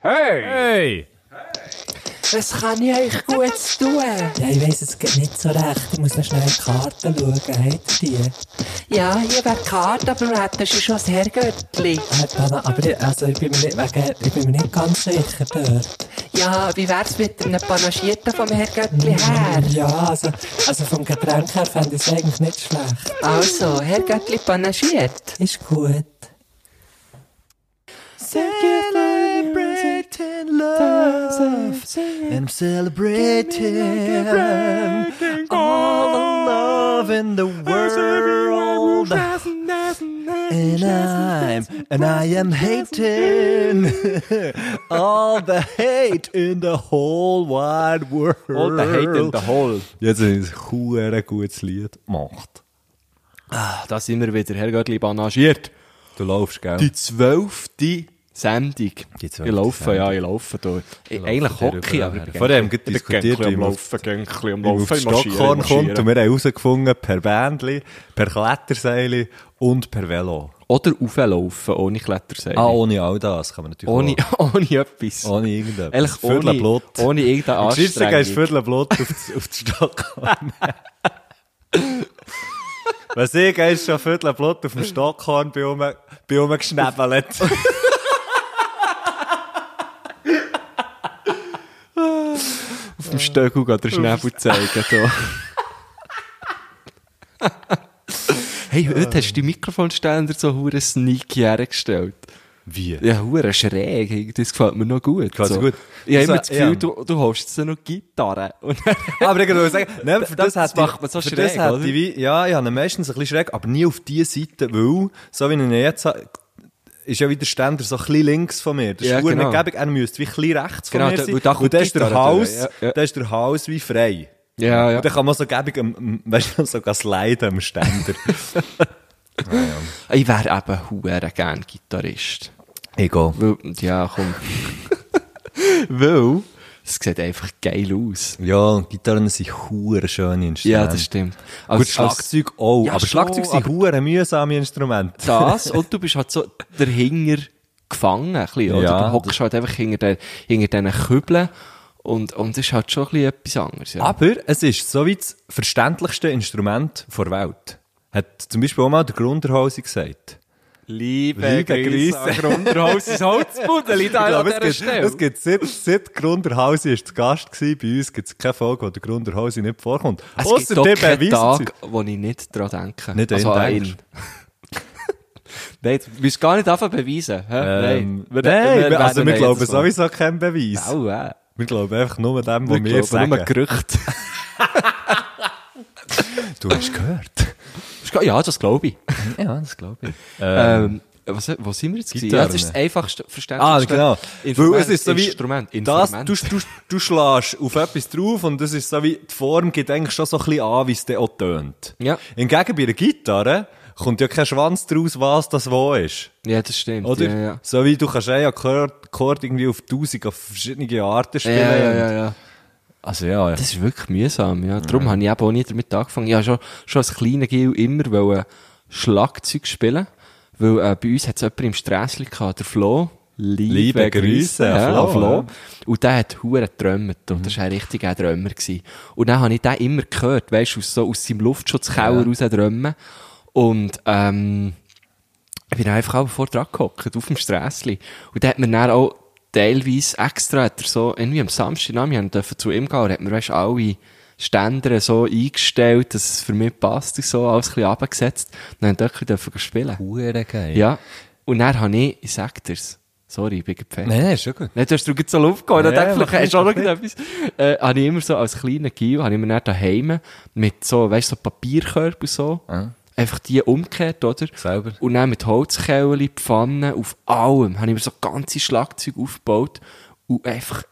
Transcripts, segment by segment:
Hey! Hey! Was kann ich euch Gutes tun? Ja, ich weiss es geht nicht so recht. Ich muss noch schnell in die Karten schauen. Habt ihr die? Ja, ich wäre Karte, aber das ist schon das Herrgöttli. Äh, Dana, aber ich, also ich, bin mir nicht, wegen, ich bin mir nicht ganz sicher dort. Ja, wie wär's mit einem Panagierten vom Herrgöttli her? Ja, also, also vom Getränk her fände ich es eigentlich nicht schlecht. Also, Herrgöttli panagiert. Ist gut. Celebrating love, and I'm celebrating all the love in the world. And I'm and I am hating all the hate in the whole wide world. All the hate in the hole. Jetzt ist es ein gutes Lied gemacht. Ah, Da sind wir wieder, Herrgöttli panagiert. Du laufst, gell? Die zwölfte Sendung. Die ich zwölfte laufe, Sendung. ja, ich laufe da. Ich, eigentlich der hocke ich, überall aber ich her. bin Vorher haben wir gängig- ich bin diskutiert, gängig wie am man Laufen, gängig am Wenn man Laufen, auf ich marschiere, Stockkorn ich marschiere. kommt und wir haben herausgefunden, per Bändli, per Kletterseil und per Velo. Oder rauflaufen, ohne Kletterseil. Ah, ohne all das kann man natürlich ohne, auch. ohne etwas. Ohne irgendetwas. Ehrlich, Viertel ohne, Blut. ohne irgendeine Am Geschichtstag gehst du Viertel Anstrengung. Blut auf, das- auf den Stockhorn. Was ich, gehst schon Viertel Blut auf dem Stockhorn, bin um, bin umgeschnäbelt. Auf dem Stöckl geht der Schnäbel zeigen. Da. hey, heute hast du die Mikrofonständer so hure sneaky hergestellt. Wie? Ja, hure schräg. Das gefällt mir noch gut. Gefällt's so. gut? Ich habe immer das Also, Gefühl, ja. du, du holst jetzt noch Gitarre. Und Ah, Aber ich würde sagen, nein, für das, Das hat die- macht man so für schräg, das hat oder? die wie- ja, ich habe ihn meistens ein bisschen schräg, aber nie auf diese Seite, weil, so wie ich ihn jetzt habe, ist ja wieder der Ständer so ein bisschen links von mir. Das ist Ja, ja, genau. nicht gäbig, er müsste wie ein bisschen rechts Genau, von mir da- sein. weil da und kommt dann ist der Gitarre durch, Hals, ja, ja. dann ist der Hals wie frei. ja, ja. Und dann kann man so gäbig, am- am- weißt du, sogar sliden am Ständer. Ich wäre eben hure gern Gitarrist. Egal. Weil, ja, komm. Weil, es sieht einfach geil aus. Ja, Gitarren sind hure schöne Instrumente. Ja, das stimmt. Also, Gut, Als- als- Schlagzeug auch, Ja, aber schon, Schlagzeug sind aber- hure mühsame Instrumente. das und du bist halt so der Hinger gefangen, ein bisschen, oder? Ja, du hockst halt einfach hinter, der, hinter diesen Kübeln und, und es ist halt schon ein bisschen etwas anderes, ja. Aber es ist so wie das verständlichste Instrument der Welt. Hat zum Beispiel auch mal der Grunderhauser gesagt. Liebe, Liebe Grüße an Grundhaus ist Holzbudeli Ich glaube, es gibt, es gibt seit, seit Grunderhauser ist zu Gast gewesen, bei uns gibt es keine Folge, wo der Grunderhauser nicht vorkommt. Es Ausser gibt doch der keinen beweist Tag, wo ich nicht dran denke. Also Nicht an ihn an denkst. ihn. Nein, du musst gar nicht davon beweisen. hä? Ähm, nein, wir, Wir- wir werden also wir ihn glauben jedes Mal. sowieso keinen Beweis. Au, äh. Wir glauben einfach nur dem, was Wir wir, glauben sagen. nur Gerüchte. du hast gehört. Ja, das glaube ich. ja, das glaube ich. Ähm, was, wo sind wir jetzt? gewesen? Ja, das ist das einfachste Ah, verständlichste genau. Instrument. Weil es ist so wie, Instrument. Das, Instrument. du, du, du schlägst auf etwas drauf und das ist so wie, die Form geht eigentlich schon so ein bisschen an, wie es dann auch tönt. Ja. Hingegen bei einer Gitarre kommt ja kein Schwanz draus, was das wo ist. ja, das stimmt. Oder? Ja, ja. So wie du kannst einen Akkord, Akkord irgendwie auf tausend, auf verschiedene Arten Ja, spielen. ja, ja, ja. Also ja, ja. Das ist wirklich mühsam. Ja. Darum habe ich eben auch nie damit angefangen. Ich habe schon, schon als kleiner Gil immer wollen Schlagzeug spielen weil äh, bei uns hat es jemand im Strässli gehabt, der Flo. Liebe, Liebe Grüße an ja, Flo, an Flo. ja. Und der hat Huren getrömmert. Und das war ein richtiger Trömmer. Gewesen. Und dann habe ich den immer gehört, weißt du, aus, so, aus seinem Luftschutzkeller raus trömmen. Und, ähm, ich bin einfach auch vor dran gehockt, auf dem Strässli. Und da hat mir dann auch teilweise extra, hat er so, irgendwie am Samstag haben dürfen zu ihm gehen, und hat mir, weißt, alle Ständer so eingestellt, dass es für mich passt und so, alles ein bisschen runtergesetzt. Und dann dürfen wir dürfen spielen. Hure geil. Ja. Und dann habe ich, ich sag dir's, sorry, ich bin gepfählt. Nein, nein, ist schon gut. Nein, du hast dir gerade so Luft gehauen. Ja, Ja, ich mach dachte, hast nicht, du auch noch mach etwas. Äh, habe ich immer so als kleiner Gil, habe ich mir dann daheim mit so, weißt du, so Papierkörper so, einfach die umgekehrt, oder? Selber. Und dann mit Holzkellen, Pfannen, auf allem, habe ich mir so ganze Schlagzeug aufgebaut und einfach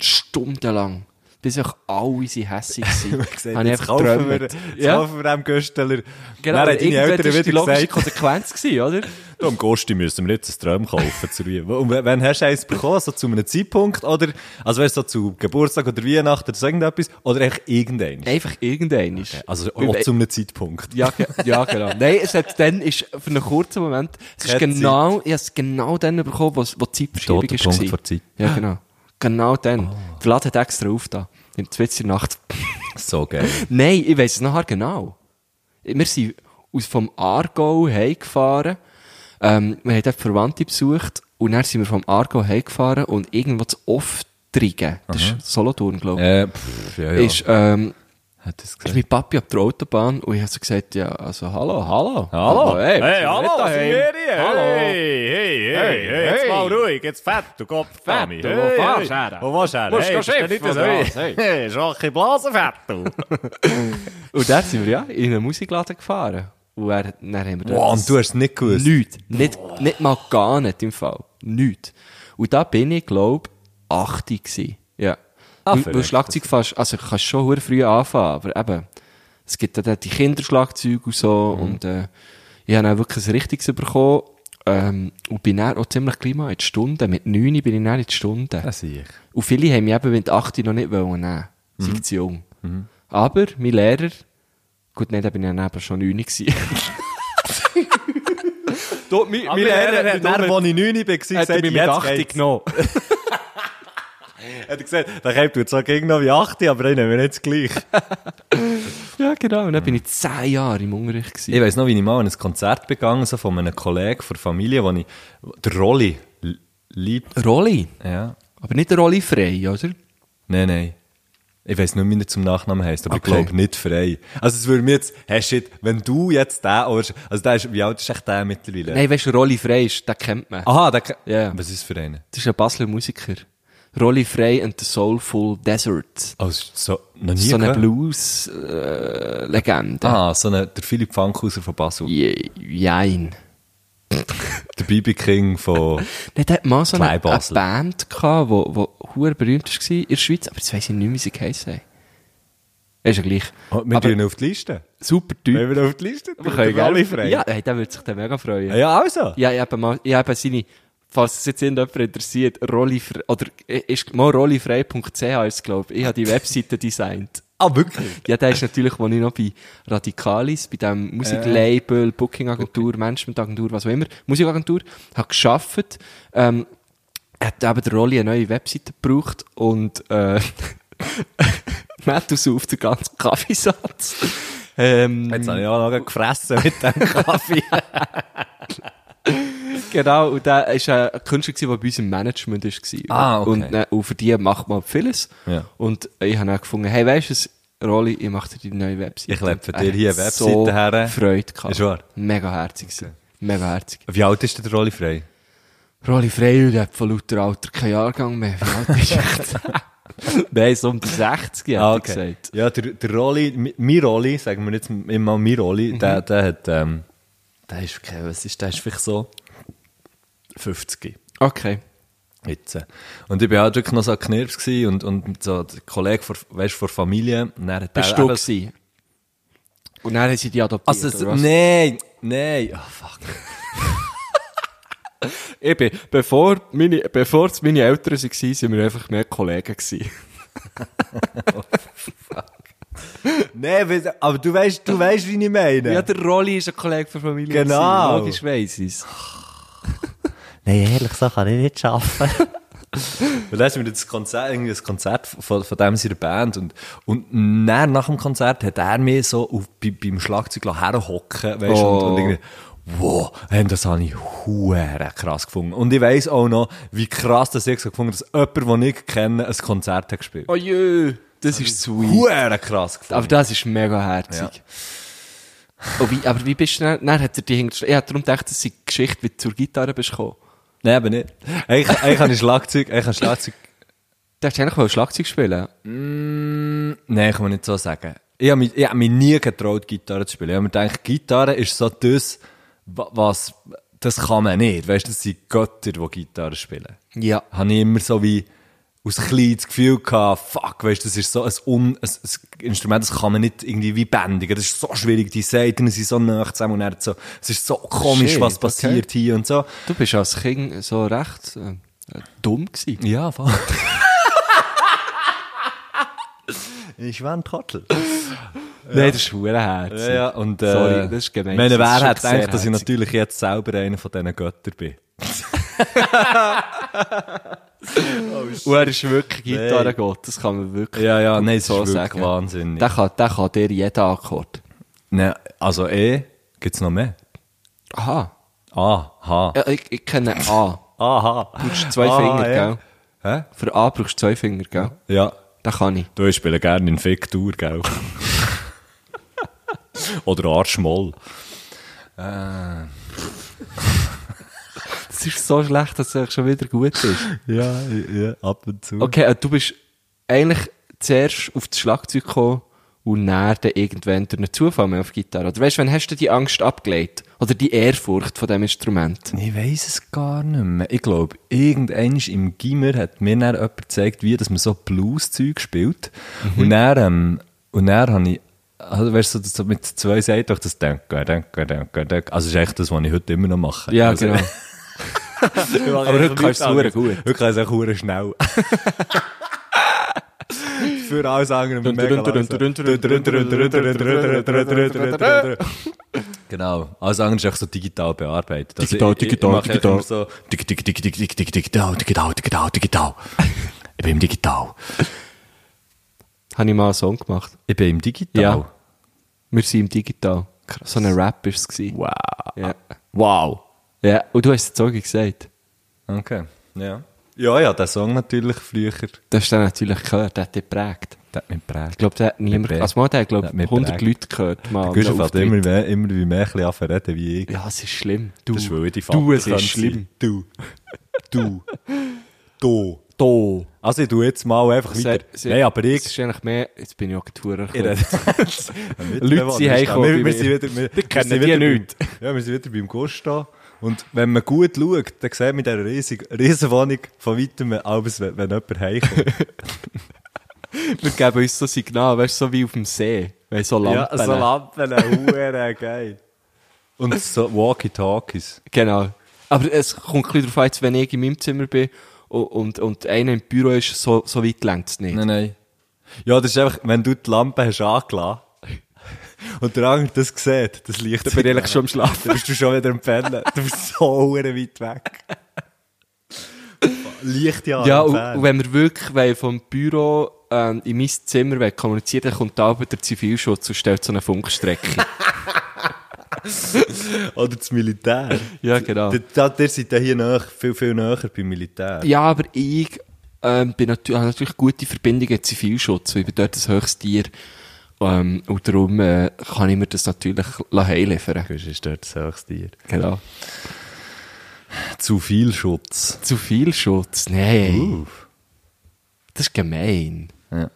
stundenlang bis ich alle sind hässig waren. gesagt, Habe ich jetzt einfach kaufen wir, geträumt. jetzt Ja. kaufen wir dem Gösteler. Genau, Dann haben aber deine Eltern irgendwann war die wieder logische gesagt, Konsequenz, gewesen, oder? am Gosti müssen wir jetzt ein Tram kaufen zu Ruhe. Und w- wann hast du eins bekommen? So zu einem Zeitpunkt? Oder, also weißt du, so zu Geburtstag oder Weihnachten oder so irgendetwas? Oder echt irgendein? Einfach irgendein. Also auch zu einem Zeitpunkt. ja, ge- ja, genau. Nein, es hat dann ist für einen kurzen Moment, es ist Keine genau, ich habe es genau dann bekommen, wo, es- wo die Zeitverschiebung Toter ist. Punkt gewesen. vor Zeit. Ja, genau. Genau dann. Der Laden hat extra aufgetan. In der in der Nacht. So geil. Nein, ich weiss es nachher genau. Wir sind aus vom Aargau heimgefahren. Ähm, wir haben dort Verwandte besucht und dann sind wir vom Aargau heimgefahren und irgendwo zu Oftrigen, das ist Solothurn, glaube ich, Äh, pff, ja, ja. ist, ähm, Hat es ist gesagt. mein Papi auf der Autobahn und ich habe so gesagt, ja, also hallo, hallo. hey, was sind wir daheim? Hallo. hey, hey, jetzt mal ruhig, jetzt fett, du Kopf, Tommy. Hey, hey, wo fährst du her? Hey, bist du nicht so- Hey, schwache Blase, fett, du. Und dort sind wir ja in einen Musikladen gefahren. Und er, dann haben wir dort- Wow, und du hast es nicht gewusst. Nichts. Nicht, nicht mal gar nicht im Fall. Nichts. Und da bin ich, glaube ich, 8 gewesen. Ja. Ah, Weil- Weil verrückt. Schlagzeug fast, also du kannst schon sehr früh anfangen, aber eben, es gibt dann die Kinderschlagzeuge und so und äh, ich habe dann wirklich ein richtiges bekommen ähm, und bin dann auch ziemlich gleich mal in die Stunde, mit 9 bin ich dann in die Stunde. Das sehe ich. Und viele haben mich eben mit 8 noch nicht wollen nehmen. Sie sind zu jung. Aber mein Lehrer, gut, nein, da bin ich dann eben schon 9 gewesen. Dort, mein, mein Lehrer hat mich dann, nur- als ich 9 war, gesagt, hat mich mit jetzt 8 geht's. genommen. Hat er gesagt, dann kommt du zwar gegen noch wie 8, aber ich nehme ihn jetzt gleich. Ja, genau. Und dann bin ich 10 Jahre im Unterricht gewesen. Ich weiss noch, wie ich mal an ein Konzert begangen so von einem Kollegen von der Familie, wo ich, der Rolli, L- lieb, Rolli. ja, Aber nicht der Rolli frei, oder? nein, nein. Ich weiss nicht, wie er zum Nachnamen heisst, aber Okay. ich glaube nicht frei. Also es würde mir jetzt, hey shit, wenn du jetzt den, also der ist, wie alt ist echt der mittlerweile? Nein, weißt du, Rolli frei ist, den kennt man. Aha, der, Ja. was ist das für einen? Das ist ein Basler Musiker. Rolli frei and the Soulful Desert. Oh, es ist so, noch nie So eine äh, gehört. Blues-Legende. Ah, so eine, der Philipp Fankhauser von Basel. Je- Jein. Der BB King von, Nein, der hat mal so eine, Zwei eine Basel. Band gehabt, wo, wo hure berühmt war in der Schweiz, aber jetzt weiss ich nicht, wie sie geheißen haben. Ist ja gleich. oh, wir aber tun ihn auf die Liste. super Wenn Typ. wir ihn auf die Liste tun, Wir können der Rolli gerne- frei. Ja, hey, der würde sich dann mega freuen. ja, also. Ja, ich habe mal, ich habe seine, falls es jetzt irgendjemand interessiert, Rolli, oder äh, ist mal rollifrei.ch ist glaube ich. Ich habe die Webseite designt. Ah, wirklich? Ja, der ist natürlich, wo ich noch bei Radikalis, bei dem Musiklabel, Bookingagentur, Managementagentur, was auch immer, Musikagentur, habe geschafft. Ähm, hat eben der Rolli eine neue Webseite gebraucht und äh, Mattus auf den ganzen Kaffeesatz. Ähm, Jetzt habe ich auch noch gefressen mit dem Kaffee. Genau, und der ist äh, ein Künstler, gewesen, der bei uns im Management war. Ah, okay. Und, äh, und für die macht man vieles. Ja. Und ich habe dann gefunden, hey, weißt du, was, Rolli, ich mache dir die neue Webseite. Ich lebe für Und er dir hier hat eine so Webseite her. Freude gehabt. Ist wahr? Mega herzig. gewesen. Mega herzig. Wie alt ist denn der Rolli frei? Rolli Freyl, der hat von lauter Alter keinen Jahrgang mehr. Wie alt ist er? Nein, so um die 60, hat er gesagt. Ah, Ja, der, der Rolli, mi- mein Rolli, sagen wir jetzt immer mein Rolli, der, der hat, ähm, Mhm. der ist, okay, was ist, der ist vielleicht so 50. Okay. Jetzt. äh. Und ich war halt wirklich noch so knirps gewesen und, und so der Kollege von, weißt, von der Familie, und dann hat Bist der du eben- gewesen? Und dann haben sie die adoptiert, Also, oder was? nein, nein, oh fuck. Eben, bevor, meine, bevor es meine Eltern waren, sind wir einfach mehr Kollegen gewesen. nein, weiss- aber du weißt, du weißt, wie ich meine. Ja, der Rolli ist ein Kollege von Familie. Genau. gewesen. Logisch weiss ich's. Nein, ehrlich, so kann ich nicht schaffen. Weil dann sind wir das Konzert, irgendwie das Konzert von, von dem seiner Band und, und dann, nach dem Konzert hat er mir so auf, bei, beim Schlagzeug herhocken, weißt du, und, Oh. und irgendwie, wow, ähm, das habe ich huere krass gefunden. Und ich weiss auch noch, wie krass das ich so gefunden habe, dass jemand, den ich kenne, ein Konzert hat gespielt. Oh jö, das ist sweet. Huere krass gefunden. Also, Aber das ist mega herzig. Oh, wie, aber wie bist du dann, dann hat er die hingestellt? Ich habe darum gedacht, dass die Geschichte wie du zur Gitarre bist gekommen. Nein, eben nicht. Eigentlich, eigentlich habe ich Schlagzeug, eigentlich habe ich Schlagzeug Du hast eigentlich mal Schlagzeug spielen. Nein, kann man nicht so sagen. Ich habe mich, ich habe mich nie getraut, Gitarre zu spielen. Ich habe mir gedacht, Gitarre ist so das, wa- was, das kann man nicht. Weißt du, das sind Götter, die Gitarre spielen. Ja. Habe ich immer so wie, und als klein das Gefühl gehabt, fuck, weißt, das ist so ein, Un ein, ein Instrument, das kann man nicht irgendwie wie bändigen. Das ist so schwierig, die Seiten sind so nah zusammen und dann so, es ist so komisch, Shit, was passiert hier und so. Du bist als Kind so recht äh, dumm gewesen. Ja, voll. ich war ein Trottel. Nein, das ist hure Herz. Ja, ja, und, äh, Sorry, das ist gemein. Meine, Das wer ist schon hat sehr gedacht, dass ich herzig. natürlich jetzt selber einer von diesen Göttern bin? Und er ist wirklich Nein. Gitarrengott, das kann man wirklich Ja, ja, nein, es so ist wirklich sagen. wahnsinnig. Der kann, der kann dir jeden Akkord. Nein, also eh, gibt's noch mehr? Aha. Ah, ha. Ja, ich, ich kenne A. Aha. Du brauchst zwei Ah, Finger, ja. gell? Hä? Für A brauchst du zwei Finger, gell? Ja, Das kann ich. du spielst gerne in Fiktur, gell? Oder Arschmoll. Das ist so schlecht, dass es schon wieder gut ist. Ja, ja, ab und zu. Okay, äh, du bist eigentlich zuerst auf das Schlagzeug gekommen und dann dann irgendwann durch einen Zufall mehr auf Gitarre. Oder weißt du, wann hast du die Angst abgelegt? Oder die Ehrfurcht von dem Instrument? Ich weiß es gar nicht mehr. Ich glaube, irgendein im Gimmer hat mir dann jemand gezeigt, wie dass man so Blues-Zeug spielt. Mhm. Und dann, ähm, und dann habe ich, also weißt du, so mit zwei Seiten durch das Denken, Denken, Denken, Denken. Also, das ist echt das, was ich heute immer noch mache. Ja, also, genau. Aber heute kannst du es gut. Heute kann ich es auch verdammt schnell. Für alles andere mega langsam. Genau. Alles andere ist einfach so digital bearbeitet. Also Digital, ich- ich- digital, ich mache digital. einfach So dig, dig, dig, dig, dig, dig, digital, digital, digital, digital. Ich bin im Digital. Habe ich mal einen Song gemacht. Ich bin im Digital. Ja. Wir sind im Digital. So ein Rap war es. gewesen. Wow. Ja. Wow. ja. Und du hast es so gesagt. Okay. Ja. Ja, ja, der Song natürlich früher. Der Das hast du dann natürlich gehört, der hat dich geprägt. hat mich geprägt. Ich glaube, der hat niemand... prägt. Also mal, der hat, Der glaube hat ich, mich 100 prägt. Leute gehört. Mal Der am Gustav hat Auftritt. immer mehr, immer wie mehr ein bisschen anfangen reden wie ich. Ja, es ist schlimm. Du, Das ist wohl die du, es ist schlimm. Du. Du. Du. Du. Also ich tu jetzt mal einfach weiter. Nein, aber Es ich... ist eigentlich mehr, jetzt bin ich auch getuert. ich rede- Leute sind heimgekommen wir, bei wir sind mir. wieder, wir, Die kennen wir sind die wieder nicht. Beim, ja, wir sind wieder beim Gustav. Und wenn man gut schaut, dann sieht man in dieser riesigen, riesen Wohnung von weitem, alles, wenn, wenn jemand heimkommt. Wir geben uns so Signal, weißt du, so wie auf dem See. Weil so Lampen. so Lampen, Huren, geil. Und so Walkie-Talkies. Genau. Aber es kommt ein bisschen darauf an, jetzt, wenn ich in meinem Zimmer bin und, und, und einer im Büro ist, so, so weit längt es nicht. Nein, nein. Ja, das ist einfach, wenn du die Lampe hast angelassen und der andere das sieht, das Licht. Dann bin ich eigentlich schon am Schlafen. Dann bist du schon wieder am Pennen. Du bist so verdammt weit weg. Lichtjahr Ja, am und, Fern. und wenn wir wirklich wollen, vom Büro ähm, in mein Zimmer wollen kommunizieren dann kommt da oben der Zivilschutz und stellt so eine Funkstrecke. Oder das Militär. ja, genau. D- Da, ihr seid ja hier näher, viel, viel näher beim Militär. Ja, aber ich ähm, bin natü- habe natürlich gute Verbindungen in Zivilschutz, weil ich bin dort das höchste Tier. Ähm, und darum äh, kann ich mir das natürlich la- heimliefern. Das ist dort das höchste Tier. Genau. Zu viel Schutz. Zu viel Schutz? Nein. Uff. Das ist gemein. Uh. Ja.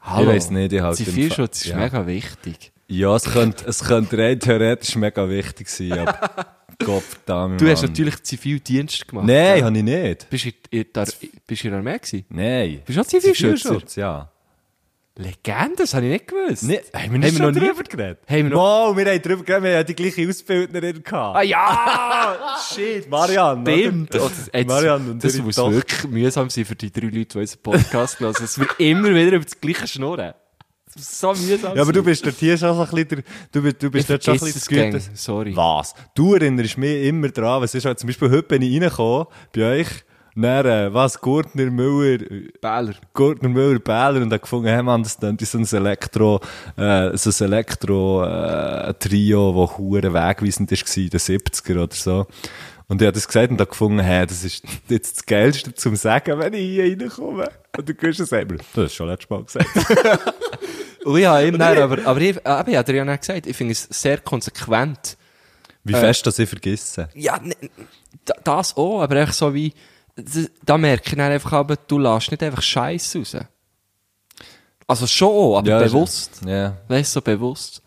Hallo. weiss nicht, ich halte im Zivilschutz Fall- ja. ist mega wichtig. Ja, es könnte, es könnte rein theoretisch mega wichtig sein, aber Gottverdammt, Du hast Mann. natürlich Zivildienst gemacht. Nein, habe ich nicht. Bist du in, in, der- bist du in der Armee gewesen? Nein. Bist du auch Zivilschützer? Zivilschutz, ja. Legende? Das habe ich nicht gewusst. Nee, Ne, haben wir nicht noch schon nie- drüber geredet? Haben wir noch- Wow, wir haben drüber geredet, wir haben die gleiche Ausbildnerin gehabt. Ah ja! Shit! Marianne, oder? Stimmt! Oh, das, jetzt, Marianne und das ihre muss Tochter. wirklich mühsam sein für die drei Leute, die unseren Podcast hören, dass wir immer wieder über das Gleiche schnurren. Das muss so mühsam Ja, aber du sein. bist dort hier schon so ein bisschen, der- du bist, du bist Ich dort schon ein vergesse bisschen das es gern, Gute- sorry. Was? Du erinnerst mich immer dran, was ist halt, zum Beispiel heute bin ich reingekommen, bei euch, und dann, äh, was, Gurtner, Müller, äh, Bäller. Gurtner, Müller, Bähler, und dann gefunden, hey man, das klingt wie so ein Elektro, äh, so ein Elektro, äh, Trio, das hure wegweisend ist gewesen, in den 70er oder so. Und ich habe das gesagt und habe gefunden, hey, das ist jetzt das Geilste zum Sagen, wenn ich hier reinkomme. Und du gehst und sagst mir, das hast du schon letztes Mal gesagt. Und ich habe ihm dann, aber, aber ich, aber ich habe dir ja nicht gesagt, ich finde es sehr konsequent. Wie fest, dass ich vergesse. Ja, ne, da- das auch, aber einfach so wie, d- da merke ich dann einfach, aber du lässt nicht einfach Scheiß raus. Also schon, auch, aber Ja, das- bewusst. Ja. Weißt du, so bewusst.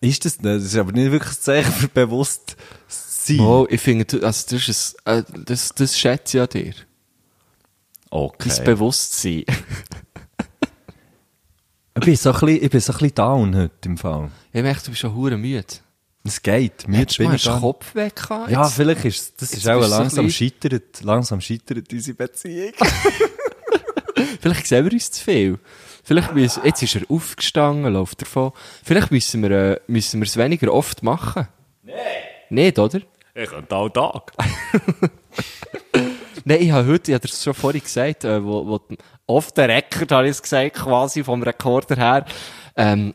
Ist das, das ist aber nicht wirklich ein Zeichen für bewusst sein. Oh, Wow, ich finde, du- also das ist, ein- äh, das, das schätze ich an dir. Dein Okay. Bewusstsein. Ich bin so ein bisschen, ich bin so ein bisschen down heute im Fall. Ich merke, du bist schon hure müde. Es geht. Mir Hättest du bin mal ich hast du den down. Kopf weg gehabt? Ja, Jetzt- vielleicht ist das jetzt ist auch bist du so langsam ein scheitert, langsam scheitert unsere Beziehung. Vielleicht sehen wir uns zu viel. Vielleicht müssen, jetzt ist er aufgestanden, läuft davon. Vielleicht müssen wir, äh, müssen wir es weniger oft machen. Nee. Nicht, oder? Ich könnte auch Tag. Nein, ich habe heute, ich habe das schon vorhin gesagt, äh, wo, wo, auf den Rekord habe ich es gesagt, quasi vom Rekorder her. Ähm,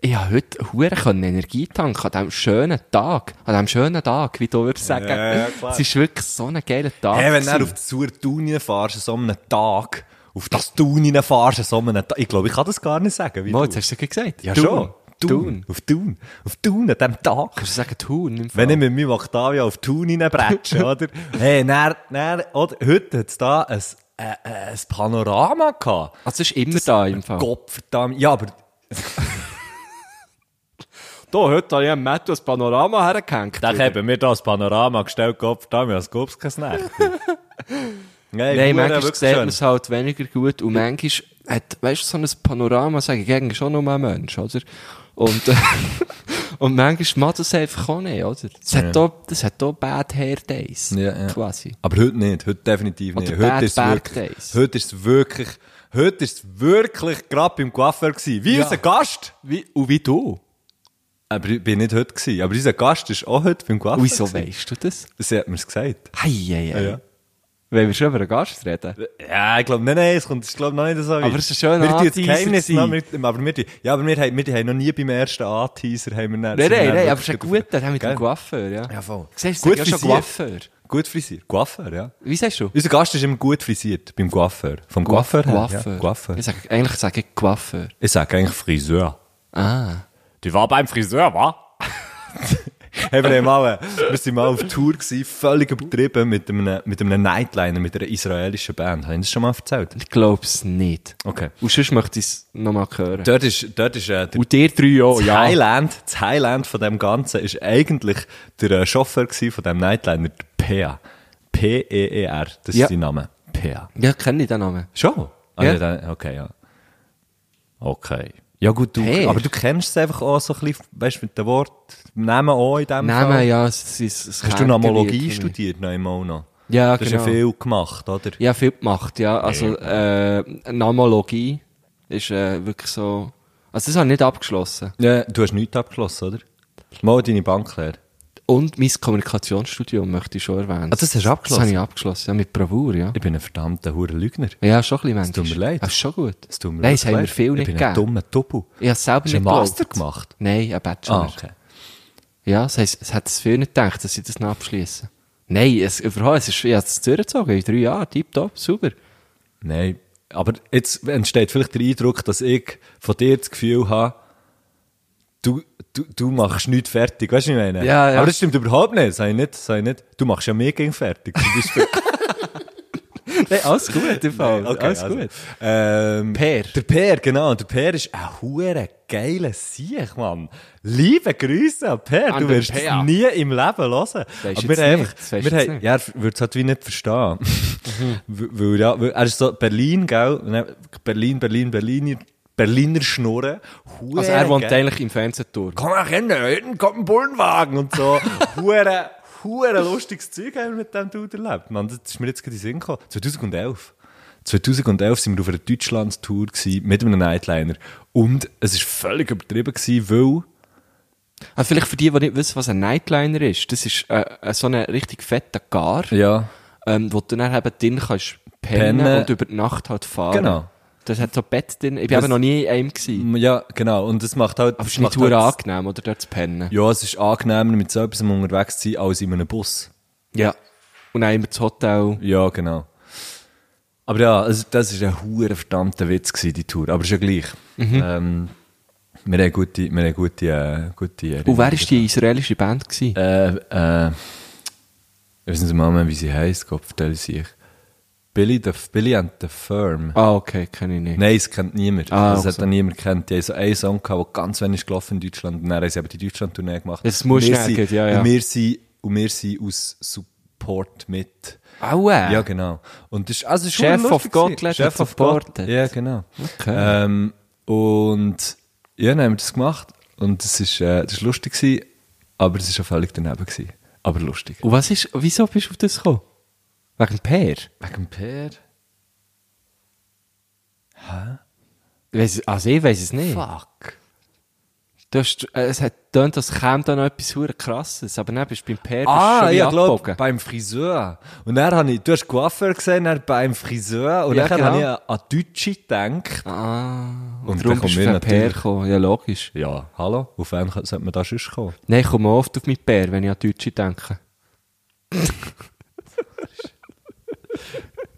ich habe heute hure können Energie tanken an diesem schönen Tag. An diesem schönen Tag, wie du würdest sagen. Ja, ja, klar. Es ist wirklich so ein geiler Tag. Hey, wenn du dann gewesen. auf die Sur Tunien fährst, an so einem Tag, auf das Tunien fährst, an so einem Tag, ich glaube, ich kann das gar nicht sagen. Wie Mo, du. jetzt hast du es gesagt. ja, Thun. schon. Tun. Thun. Auf Tun. Auf Tun, an diesem Tag. Kannst du sagen Thun? im Wenn Fall? ich mit meinem Octavia auf Tun hineinbretsche, oder? Hey, dann, dann, oder, heute hat es da ein, äh, äh, ein Panorama gehabt. Also, es ist immer da im Fall. Gottverdammt. Ja, aber Da, heute habe ich am Matto ein Panorama hergehängt. dann haben wir da das Panorama gestellt, Gottverdammt, als gäbe es kein Nächte. Nein, Nein, Huren, manchmal wirklich sieht schön. man es halt weniger gut und manchmal hat, weißt du, so ein Panorama, sage ich eigentlich schon nur ein Mensch, oder? Und, äh, und manchmal macht das einfach auch nicht, oder? Das hat da, das hat da Bad Hair Days. Ja, ja. Quasi. Aber heute nicht, heute definitiv Oder nicht. Bad Heute ist, Bad wirklich, Days. heute ist wirklich, heute ist wirklich gerade beim Coiffeur gewesen. Wie Ja. unser Gast. Wie, und wie du? Aber ich bin nicht heute gewesen. Aber unser Gast ist auch heute beim Coiffeur. Wieso gewesen. weißt du das? Sie hat mir's gesagt. Hei, hei, Ja, hei. ja. Wenn wir schon über einen Gast reden. Ja, ich glaube, nein, nein, es kommt, es ist, glaube ich, noch nicht so weit. Aber es ist ein schöner Wir tun das Anteaser Geheimnis noch, gewesen. wir- aber wir, tun- ja, aber wir, haben- wir haben noch nie beim ersten Anteaser haben wir Nein, nein, nein, aber es ist ein guter, der mit Gell? dem Coiffeur, ja. Ja, voll. Siehst du, Gut ich sage ja schon frisiert. Coiffeur. Gut frisiert. Coiffeur, ja. Wie sagst du? Unser Gast ist immer gut frisiert, beim Coiffeur. Vom Coiffeur her. Ja, Coiffeur. Ich sag, eigentlich sage ich Coiffeur. Ich sage eigentlich Friseur. Ah. Die war beim Friseur, wa? Hey, wir, haben mal, äh, wir sind mal auf Tour, gewesen, völlig übertrieben, mit einem, mit einem Nightliner, mit einer israelischen Band. Haben Sie das schon mal erzählt? Ich glaube es nicht. Okay. Und sonst möchte ich es nochmal hören. Dort ist, dort ist äh, der, Und dir drei auch, das, Oh, ja. Highland, das Highland von dem Ganzen ist eigentlich der äh, Chauffeur gewesen von dem Nightliner, der Pea. P-E-E-R, E das Ja. ist sein Name. Pea. Ja, kenne ich den Namen. Schon? Ah, Ja. ja. dann, okay, ja. Okay. Ja gut, du, Peer. aber du kennst es einfach auch so ein bisschen, weißt du, mit dem Wort, Namen auch in dem Fall. Namen, ja, es ist es Hast du Nomologie Kerngebiet für mich. studiert noch im Ono? Ja, das genau. ist ja viel gemacht, oder? Ja, viel gemacht, ja. Also, äh, Namologie ist äh, wirklich so... Also das habe ich nicht abgeschlossen. Ja, Du hast nichts abgeschlossen, oder? Mal deine Banklehre. Und mein Kommunikationsstudium möchte ich schon erwähnen. Ah, das hast du abgeschlossen? Das habe ich abgeschlossen, ja, mit Bravour, ja. Ich bin ein verdammter hure Lügner. Ja, schon ein bisschen Es tut mir leid. Das ist schon gut. Es tut mir Nein, wirklich das haben wir leid. viel nicht Ich bin ein gegeben. dummer Tubu. Ich habe es selber Hast du nicht einen Master geglaubt. gemacht? Nein, ein Bachelor. Ah, okay. Ja, es, heisst, es hat es viel nicht gedacht, dass sie das noch abschließen. Nein, es, überhaupt, es ist, ich habe es durchgezogen, in drei Jahren, tipptopp, super. Nein, aber jetzt entsteht vielleicht der Eindruck, dass ich von dir das Gefühl habe, du, du, du machst nichts fertig, weißt du, was ich meine? Ja, ja. Aber das stimmt überhaupt nicht, sei nicht, sei nicht. Du machst ja mehr gegen fertig, zum Beispiel. Nein, alles gut, im Fall. Okay, alles also, gut. Ähm, Per. Der Per, genau. Der Per ist ein hure geiler Sieg, Mann. Liebe Grüße an Per. An du den wirst Per. es nie im Leben hören. weisst Aber jetzt wir haben nicht, das weisst wir jetzt haben, nicht. ja, er würde es halt wie nicht verstehen. weil, weil, ja, weil er ist so Berlin, gell? Und er- Berlin, Berlin, Berliner, Berliner Schnurren. Hure Also er wohnt geil. eigentlich im Fernsehturm. Komm mal rennen, hinten kommt ein Bullenwagen und so. Hure, hure lustiges Zeug haben wir mit dem Dude erlebt. Mann, das ist mir jetzt gerade in den Sinn gekommen. 2011. 2011 sind wir auf einer Deutschlandstour gewesen mit einem Nightliner. Und es war völlig übertrieben, gewesen, weil Ah, vielleicht für die, die nicht wissen, was ein Nightliner ist, das ist äh, äh, so ein richtig fetter Gar, ja. ähm, wo du dann eben drin kannst pennen, Pennen. und über die Nacht halt fahren. Genau. Das hat so ein Bett drin. Ich bin Das- eben noch nie in einem gewesen. ja, genau. Und das macht halt. Aber das es ist nicht macht hure halt- angenehm, oder, dort zu pennen. Ja, es ist angenehmer, mit so etwas unterwegs zu sein, als in einem Bus. Ja. Und dann immer das Hotel. Ja, genau. Aber ja, also das war ein hoher verdammter Witz, gewesen, die Tour. Aber ist ja gleich. Mhm. Ähm, wir haben gute, wir haben gute, äh, gute Und wer war die israelische Band? Gewesen? Äh, äh, ich weiß nicht mal mehr, wie sie heisst, Gott vertelle sie ich. Billy, the, Billy and the Firm. Ah, okay, kenne ich nicht. Nein, es kennt niemand. Ah, das auch hat so. dann niemand kennt. Die haben so einen Song gehabt, der ganz wenig ist gelaufen in Deutschland. Und dann haben sie aber die Deutschland-Tournee gemacht. Das muss Und wir schnell sind- gehen, ja, ja. Und wir sind, und wir sind aus Support mit. Aua. Ja, genau. Und das, ist- also, es ist Äh. Chef schon lustig of Gottlieb gewesen. hat Chef of Gottlieb. supported. Ja, genau. Okay. Ähm, und ja, dann haben wir das gemacht und es ist, äh, das ist lustig gewesen, aber es ist auch völlig daneben gewesen. Aber lustig. Und was ist, wieso bist du auf das gekommen? Wegen Per? Wegen dem Peer? Weiss, also ich weiß es nicht. Fuck. Du hast, äh, es hat tönt, als käme da noch etwas hure krasses, aber dann bist du beim Per bist du Ah, schon ja, wie glaub, abgebogen. beim Friseur. Und dann habe ich, du hast Coiffeur gesehen, dann beim Friseur. Und Ja, dann genau. habe ich an- an Deutsche gedacht. Ah, und, Und dann darum bist du kommen wir auf den Per natürlich. gekommen. Ja, logisch. Ja, hallo, auf wen sollte man da sonst kommen? Nein, ich komme oft auf meinen Per, wenn ich an Deutsche denke.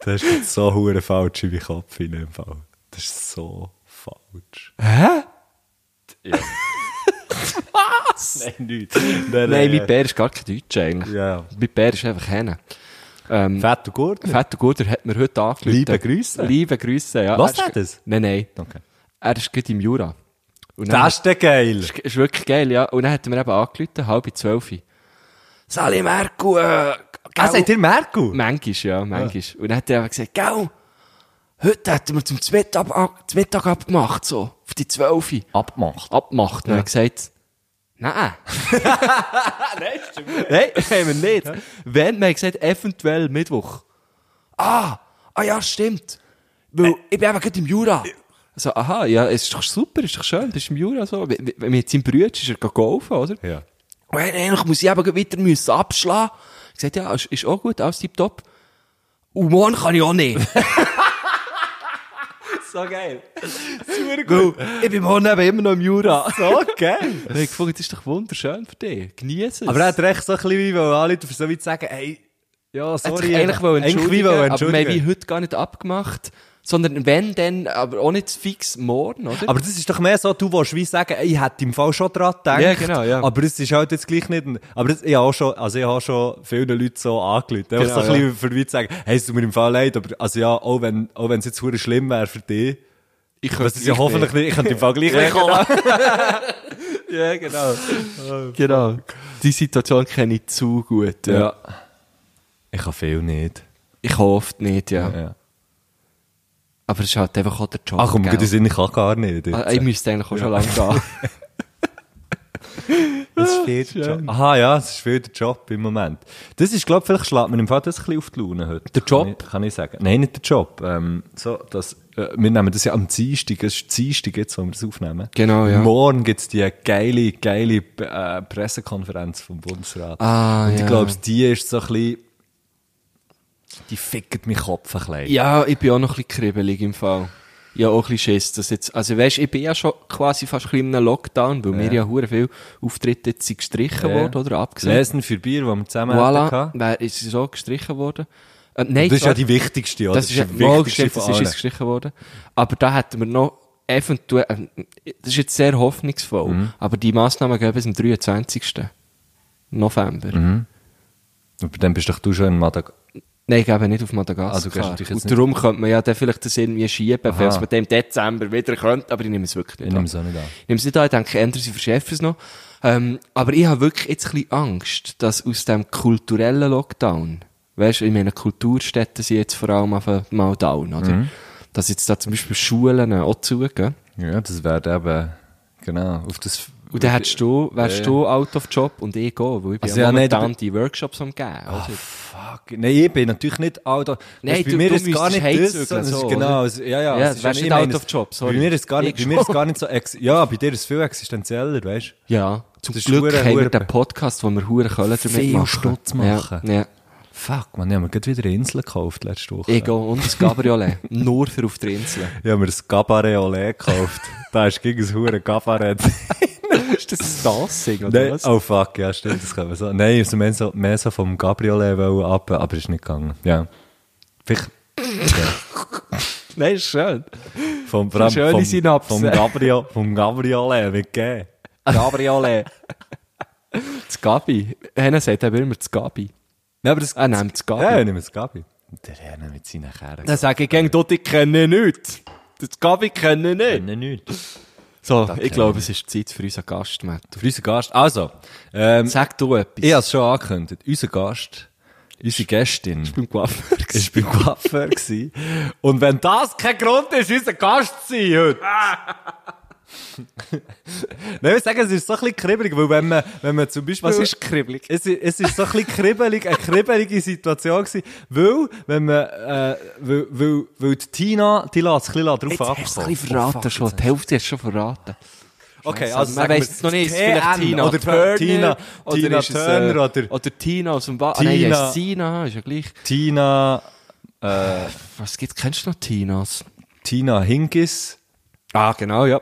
Das ist jetzt so hure falsch in meinen Kopf in dem Fall. Das ist so falsch. Nein, nichts. Nein, Nein, mein Bär ist gar kein Deutscher eigentlich. eh. Ja. Mein Bär ist einfach Henne. Ähm, Fett und gut. Fett und Guter hat mir heute angerufen. Liebe Grüße. Liebe Grüße, ja. Hört Er er ist- das? Nein, nein. Okay. Er ist gerade im Jura. Und dann- Das ist der geil. ist, ist wirklich geil, ja. Und dann hat er mir eben angerufen, halb zwölf. Sali Merku, äh, Ah, seid ihr Merkel? Manchmal, ja, manchmal. Und dann hat er eben gesagt, gell, heute hätten wir zum Mittag, ab, zum Mittag abgemacht, so, auf die zwölf. Abgemacht. Abgemacht. Und er hat gesagt, nein. Nein, haben wir nicht. Wenn, wir haben gesagt, eventuell Mittwoch. Ah, ah ja, stimmt. Weil Äh. ich bin eben gerade im Jura. So, aha, ja, es ist doch super, es ist doch schön, bist im Jura so. Wie- wie- wie- Mit seinem Bruder ist er gegangen golfen, oder? Ja. Und dann eigentlich muss ich eben gerade weiter müssen abschlagen. Ich sagte, ja, ist, ist auch gut, alles tipptopp. Und morgen kann ich auch nicht. so geil. Super gut. Ich bin morgen eben immer noch im Jura. So geil. Dann habe ich gefunden, das ist doch wunderschön für dich. Genieße es. Aber er hat recht so ein bisschen wie, weil alle dürfen so weit sagen, hey, ja, Er hat sorry. sich eigentlich wollen entschuldigen, wollen aber wir haben wie entschuldigen. heute gar nicht abgemacht. Sondern wenn, dann, aber auch nicht fix morgen, oder? Aber das ist doch mehr so, du willst wie sagen, ey, ich hätte im Fall schon dran gedacht. Ja, genau, ja. Aber es ist halt jetzt gleich nicht, ein- aber das, ich habe auch schon, also ich habe schon vielen Leuten so angelüht. Genau, so Genau, ein bisschen verwirrt sagen, hey, es tut mir im Fall leid, aber, also ja, auch wenn, auch wenn es jetzt hure schlimm wäre für dich. ich Was es ja hoffentlich nicht, ich könnte im Fall gleich nicht Ja, genau. genau. Die Situation kenne ich zu gut. Ja. Ich kann viel nicht. Ich hoffe nicht, ja. Ja. Aber es ist halt einfach auch der Job. Ach komm, gell? gut, ich kann gar nicht. Jetzt. Ah, ich müsste eigentlich auch schon lange gehen. Es Ah, ist viel der Job. Aha, ja, es ist viel der Job im Moment. Das ist, glaube ich, vielleicht schlägt man im Fall das ein bisschen auf die Laune heute. Der Job? Kann ich, kann ich sagen. Nein, nicht der Job. Ähm, so, das, äh, wir nehmen das ja am Dienstag, es ist Dienstag jetzt, wo wir das aufnehmen. Genau, ja. Morgen gibt es die geile, geile äh, Pressekonferenz vom Bundesrat. Ah, Und ich ja. glaube, die ist so ein bisschen, die fickt meinen Kopf ein bisschen. ja, ich bin auch noch ein bisschen kribbelig im Fall. Ja, auch ein bisschen Schiss, dass jetzt, also weißt, ich bin ja schon quasi fast ein bisschen in einem Lockdown, weil mir ja hure viel Auftritte jetzt sind gestrichen Ja. worden, oder abgesagt. Lesen für Bier, die wir zusammen Voilà, hatten. wer ist so gestrichen worden? Ähm, nein, Das ist ja zwar- die wichtigste, oder? Das ist ja die mal wichtigste gestrichen, von das ist allen. uns gestrichen worden. Aber da hätten wir noch eventuell, ähm, das ist jetzt sehr hoffnungsvoll, Mhm. aber die Massnahmen gehen bis am 23. November. Aber dann bist doch du schon in Madag Nein, ich gebe nicht auf Ah, du gehst Madagaskar. natürlich jetzt und darum könnte man ja dann vielleicht das irgendwie schieben, Aha. falls man dann im Dezember wieder könnte, aber ich nehme es wirklich nicht Ich nehme an. es auch nicht an. Ich nehme es nicht an, ich denke, ändern sie verschärfen es noch. Ähm, aber ich habe wirklich jetzt ein bisschen Angst, dass aus dem kulturellen Lockdown, weißt du, ich meine, Kulturstätten sind jetzt vor allem auf mal down, oder? Mhm. Dass jetzt da zum Beispiel Schulen auch zugehen. Ja, das wäre eben, genau, auf das... Und dann hättest du, wärst Ja. du out of job und ich gehe, weil ich bin Also ja ja, nein, Ah, momentan du- die Workshops am geben. oder? Fuck, nein, ich bin natürlich nicht out of... Nein, Weißt, du- du müsstest das, heimzügeln, sondern es ist so, genau, oder? es- ja, ja, Ja, es du ist, wärst ich nicht meine, out es- of job, sorry. Bei mir ist gar nicht, Ich bei mir ist gar nicht so... Ex ja, bei dir ist es viel existenzieller, weißt du? Ja, zum Das ist Glück hure- haben wir hure- den Podcast, wo wir hure Köln damit Viel machen. Stutz machen. Ja, ja. Fuck, man, ich habe mir gerade wieder eine Insel gekauft letzte Woche. Ich gehe und ein Gabriolet. Nur für auf der Insel. Ich habe mir ein Cabaret Olé gekauft. da ist gegen ein hure Cabaret. Ist das ein Dancing Nein, oh fuck, ja stimmt, das können wir so. Nein, also mehr so, mehr so vom Gabriolet wollen ab, aber ist nicht gegangen. Ja. Vielleicht Nein, ist schön. vom, vor allem schöne vom, Synapse. vom, Gabrio, vom äh, Gabriolet mitgegeben. Gabriolet. Das Gabi. Hannah sagt eben immer das Gabi. Nein, aber das, Er nimmt das Gabi. Ja, ich nehme das Gabi. Der Herr mit seinen Kerren. Dann sage ich gegen Dotti, ich kenne nichts. Das Gabi kenne nicht. Nein, nicht. So, kenne ich glaube, es ist Zeit für unseren Gast, Matt. Für unseren Gast. Also, ähm, Sag du etwas. ich habe es schon angekündigt. Unser Gast Unsere Gästin Ich bin Coiffeur. gewesen. war beim Coiffeur. gewesen. Und wenn das kein Grund ist, unser Gast zu sein heute. Nein, ich sagen, es ist so ein bisschen kribbelig, weil wenn man, wenn man zum Beispiel... Was ist kribbelig? Es, i- es ist so ein bisschen kribbelig, eine kribbelige Situation gewesen, weil, wenn man, äh, weil, weil, weil die Tina, die lässt es ein bisschen drauf Jetzt hast du es ein abkommen. bisschen verraten schon. Die Hälfte Oh, hast du schon verraten. Okay, Also, man weiss es noch nicht, ist es vielleicht TN Tina oder Turner, Tina, oder Tina ist es, äh, Turner oder Oder Tina aus dem Wa Ah, nein, die Tina. heisst Sina, ist ja gleich. Tina, Was gibt's? Kennst du noch Tinas? Tina Hinkis. Ah, genau, ja.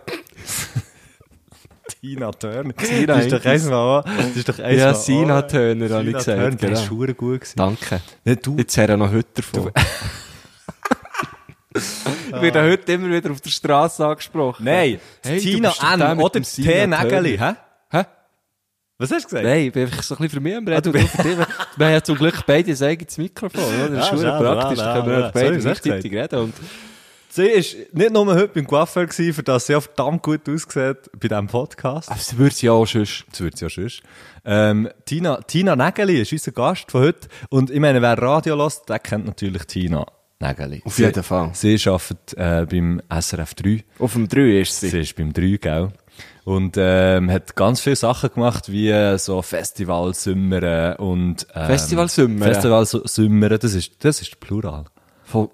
Tina Turner. Tina das ist doch Hinkis. eins mal an. Das ist doch eins Ja, mal Sina an. Turner, habe ich Tina gesagt, Turner, die genau. ist verdammt gut gewesen. Danke. Nicht du. Jetzt hören noch heute davon. ich werde heute immer wieder auf der Straße angesprochen. Nein, Hey, du Tina bist doch der N. mit Oder dem Sina T. Nägeli, hä? Hä? Was hast du gesagt? Nein, ich bin einfach so ein bisschen für mich am Ah, Reden. und du für dich. Wir haben ja zum Glück beide ein eigenes Mikrofon. Oder? Das ist Ah, Ja, schon schade, praktisch. ja, Da können ja, wir ja. auch beide So ist es gleichzeitig reden. Und Sie ist nicht nur heute beim Coiffeur gewesen, für das sie auch verdammt gut aussieht bei diesem Podcast. das würde es ja auch sonst. Das wird's ja sonst. Ähm, Tina, Tina Nägeli ist unser Gast von heute. Und ich meine, wer Radio lässt, der kennt natürlich Tina Nägeli. Auf jeden Fall. Sie arbeitet äh, beim SRF 3. Auf dem 3 ist sie. Sie ist beim 3, gell? Und ähm, hat ganz viele Sachen gemacht, wie äh, so Festivalsümmern und... Ähm, Festivalsümmern? Festivalsümmern, das ist, das ist Plural. Von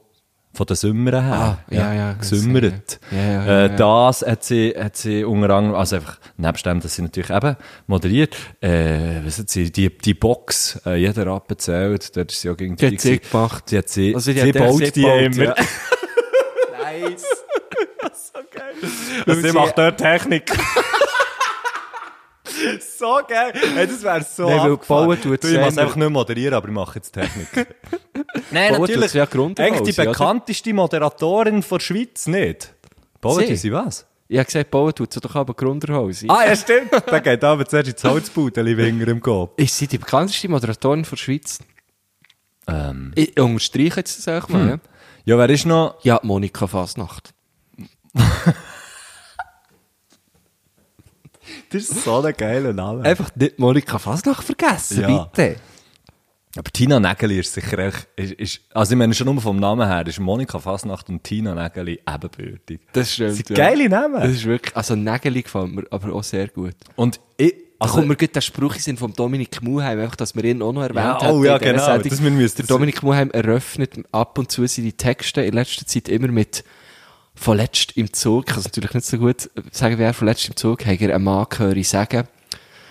Von den Sümmern her. Ah, ja, ja, Gesümmert. ja, ja, ja, äh, ja. Das hat sie, hat sie unter anderem, also einfach, nebst dem, dass sie natürlich eben moderiert, äh, was hat sie, die, die Box, äh, jeder Rappen zählt, dort ist sie auch gegen Die hat sie gemacht. Die hat sie, Also die sie hat echt sie baut die gebaut, immer. ja. nice. so geil. Also Weil sie- dort Technik. so geil. Hey, das wäre so Nein, weil abgefahren. bauen tut Du, Ich muss selber. einfach nicht moderieren, aber ich mache jetzt Technik. Nein, Bauer tut's ja Grunde Eigentlich die aus, ja, oder? bekannteste Moderatorin von der Schweiz nicht. Bauer, Sie? sie was? Ich habe gesagt, bauen tut sie doch aber Grunderhose. Ah, ja, stimmt. Der geht aber zuerst ins Holzbude, hinter im Kopf. Ist sie die bekannteste Moderatorin von der Schweiz? Ähm. Ich unterstreiche jetzt das auch mal. Ja, wer ist noch? Ja, ja Monika Fasnacht. Das ist so ein geiler Name. Einfach nicht Monika Fasnacht vergessen, Ja. bitte. Aber Tina Nägeli ist sicher echt, ist, ist, also ich meine schon nur vom Namen her, ist Monika Fasnacht und Tina Nägeli ebenbürtig. Das stimmt. sind ja. geile Das Namen. ist wirklich, also Nägeli gefällt mir aber auch sehr gut. Und ich, Da also, kommt mir gut der Spruch in Sinn vom Dominik Muheim, einfach, dass wir ihn auch noch erwähnt Ja, hätten oh ja, in dieser genau, Sendung. das müssen wir- der Dominik Muheim eröffnet ab und zu seine Texte in letzter Zeit immer mit «Verletzt im Zug». Ich kann es natürlich nicht so gut sagen, wer «Verletzt im Zug» hat er einen Mann gehört ich sagen.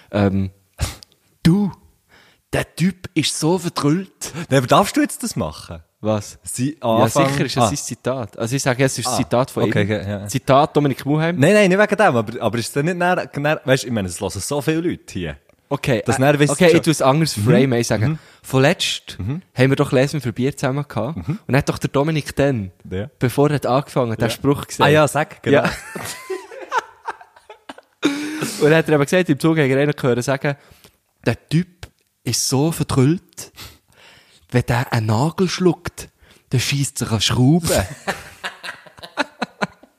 Ähm, «Du, der Typ ist so verdrüllt». Nein, aber darfst du jetzt das machen? Was? Sie Ja, anfangen- sicher ist es Ah. sein Zitat. Also ich sage, es ist ein Ah, Zitat von okay, ihm. okay, ja. Zitat Dominik Muheim. Nein, nein, nicht wegen dem, aber, aber ist es dann nicht näher, näher weißt du, ich meine, es hören so viele Leute hier. Okay, Das das dann äh, wisst okay, ihr schon. Mhm. ich tue es anders framen. Ich sage, vorletzt haben wir doch Lesen für Bier zusammen gehabt. Und hat doch der Dominik dann, Mhm. Ja. bevor er hat angefangen hat, den Spruch gesagt. Ah ja, sag, genau. Ja. Und dann hat er eben gesagt, im Zug haben wir einen gehört sagen, der Typ ist so verdrüllt, wenn der einen Nagel schluckt, dann schießt sich an Schrauben.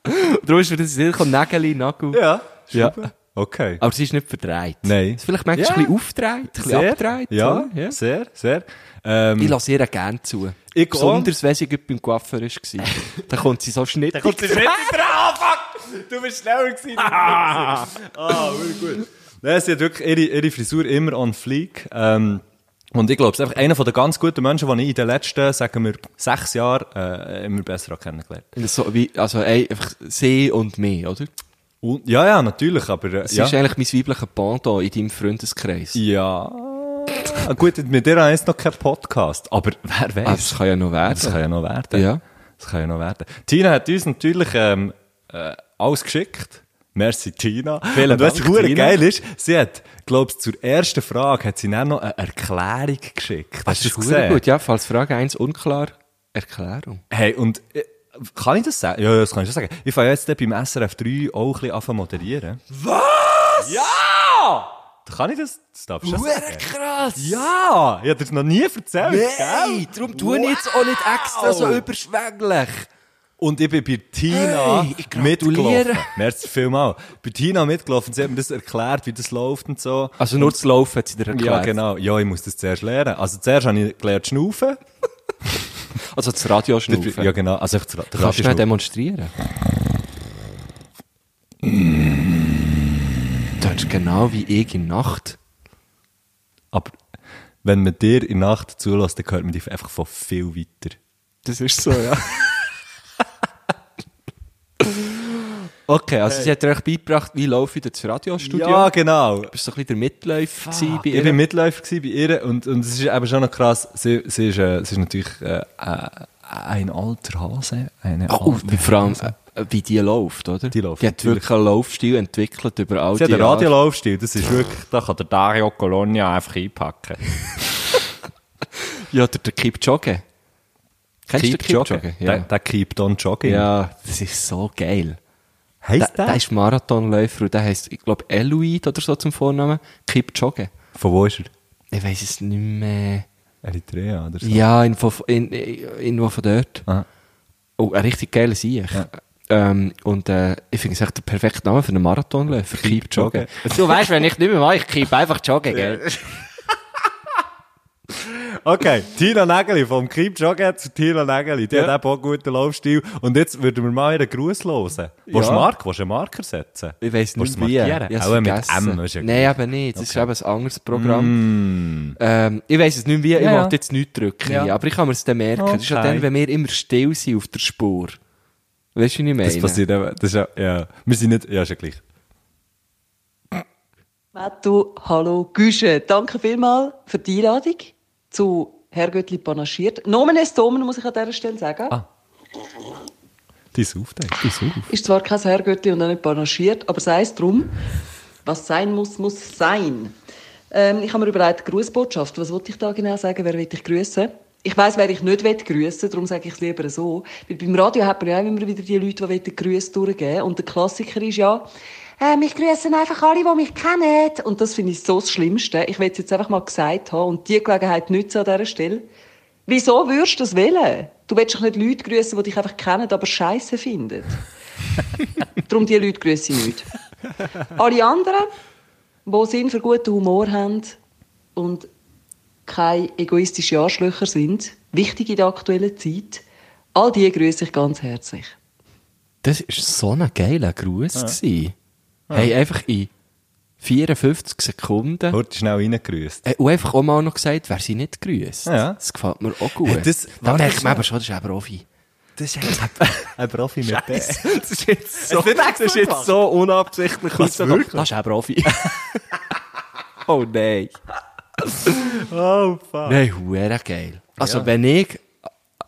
Und Darum ist mir das sicher Nägeli, Nagel. Ja. Ja. Schrauben. Okay. Aber sie ist nicht verdreht. Nein. Ist vielleicht manchmal Ja. ein bisschen aufgedreht, ein bisschen abgedreht. ja, so, ja. sehr, sehr. Ähm, Ich lasse ihr gerne zu. Ich Besonders, wenn sie gerade beim Coiffeur war. da kommt sie so schnittig. Du bist schneller gewesen. Ah, ah wirklich gut. Nein, sie hat wirklich ihre, ihre Frisur immer on fleek. Ähm, und ich glaube, es ist einfach einer von den ganz guten Menschen, den ich in den letzten, sagen wir, sechs Jahren äh, immer besser kennengelernt habe. so, wie, also ey, einfach sie und mich, oder? Und- Ja, ja, natürlich, aber... Äh, Das ja. ist eigentlich mein weiblicher Pendant in deinem Freundeskreis. ja. Ah, Gut, mit dir habe ich jetzt noch keinen Podcast, aber wer Ah, weiß. das kann ja noch werden. Das kann ja noch werden. Ja. Das kann ja noch werden. Tina hat uns natürlich ähm, äh, alles geschickt. Merci, Tina. Vielen Und was Dank, verdammt Tina. geil ist, sie hat, glaube ich, zur ersten Frage hat sie dann noch eine Erklärung geschickt. Hast du das verdammt gesehen? gut. Ja, falls Frage 1 unklar, Erklärung. Hey, und äh, kann ich das sagen? Ja, ja, das kann ich schon sagen. Ich fange jetzt dann beim SRF 3 auch ein bisschen an zu moderieren. Was? Ja! Kann ich das? Das darfst du schon sagen. krass! Ja! Ich habe das noch nie erzählt. gell? Nein! Darum tue ich jetzt auch nicht extra so Wow. überschwänglich. Und ich bin bei Tina Hey, ich gratuliere. mitgelaufen. Merci vielmals. Bei Tina mitgelaufen. Sie hat mir das erklärt, wie das läuft und so. Also nur das Laufen hat sie dir erklärt. Ja, genau. Ja, ich muss das zuerst lernen. Also zuerst habe ich gelernt schnaufen. Also das Radio schnaufen. Ja, genau. Also ich Du kannst schnell demonstrieren. Du hörst genau wie ich in der Nacht. Aber wenn man dir in der Nacht zulässt, dann hört man dich einfach von viel weiter. Das ist so, ja. okay, also sie hat dir echt beigebracht, wie laufe ich das Radiostudio. Ja, genau. Du bist so ein bisschen der Mitläufer gewesen bei Ich ihr. bin Mitläufer gewesen bei ihr und, und es ist eben schon noch krass. Sie, sie, ist, äh, sie ist natürlich äh, äh, ein alter Hase. Eine Oh, alte wie vor allem, Hase. äh, wie die läuft, oder? Die läuft, Die hat natürlich. wirklich einen Laufstil entwickelt über all Sie hat die einen Jahre. Radiolaufstil, das ist wirklich... Da kann der Dario Colonia einfach einpacken. Ja, der, der Kipchoge. Kennst du den Kipchoge? Der, der Keep on Jogging. Ja, das ist so geil. Der, Heißt der? der ist Marathonläufer und der heisst, ich glaube, Eloid oder so zum Vornamen, Kipchoge. Von wo ist er? Ich weiß es nicht mehr. Eritrea oder so? Ja, in, von- in, irgendwo von dort. Ah. Oh, ein richtig geiler Sieg. Ja. Ähm, und äh, ich finde es echt der perfekte Name für einen Marathonläufer, Kipchoge. Kipchoge. du weißt, wenn ich nicht mehr mache, ich kipp einfach joggen, gell? Okay, Tina Nägeli vom Keep Jogger zu Tina Nägeli. Die hat eben auch einen guten Laufstil. Und jetzt würden wir mal ihren Gruß hören. Ja. Willst du Mark, willst du einen Marker setzen? Ich weiß Willst nicht du es wie. markieren? Ich hab's Auch mit vergessen. M, ist ja Nein, eben nicht. Das ist eben ein anderes Programm. Mm. Ähm, ich weiß es nicht wie. Ich Ja, ja, ja. wollte jetzt nichts drücken. Ja. Aber ich kann mir es dann merken. Das ist ja Okay. dann, wenn wir immer still sind auf der Spur. Weißt du, wie ich meine? Das passiert eben. Das ist ja, ja. Wir sind nicht, ja, ist ja gleich. Mattu, hallo Güsche. Danke vielmals für die Einladung zu Herrgöttli Panaschiert. Nomen est Domen, muss ich an dieser Stelle sagen. Die sauft ey. Die sauft. Ist zwar kein Herrgöttli und auch nicht panaschiert, aber sei es drum. Was sein muss, muss sein. Ähm, ich habe mir überlegt, Grußbotschaft. Was wollte ich da genau sagen? Wer will ich grüßen? Ich weiß, wer ich nicht will grüßen, darum sage ich es lieber so. Weil beim Radio hat man ja auch immer wieder die Leute, die Grüße durchgeben wollen. Und der Klassiker ist ja, äh, mich grüßen einfach alle, die mich kennen. Und das finde ich so das Schlimmste. Ich will es jetzt einfach mal gesagt haben und die Gelegenheit nützen an dieser Stelle. Wieso würdest du das wählen? Du willst doch nicht Leute grüßen, die dich einfach kennen, aber scheiße finden. Darum die Leute grüße ich nicht. Alle anderen, die Sinn für guten Humor haben und keine egoistischen Arschlöcher sind, wichtig in der aktuellen Zeit, all die grüße ich ganz herzlich. Das ist so ein geiler Gruß. gewesen. Hey, einfach in 54 Sekunden. Hört schnell reingerüst. Äh, Und einfach auch mal noch gesagt, wer sie nicht grüßt. Ja. Das gefällt mir auch gut. Hey, das- da warte merkt man schnell. aber schon, das ist ein Profi. Das ist ein, ein Profi mit dem. Das ist jetzt so, das ist jetzt so unabsichtlich. Was, rausgekommen. wirklich? Das ist ein Profi. oh nein. Oh, fuck. Nein, hure geil. Also wenn ich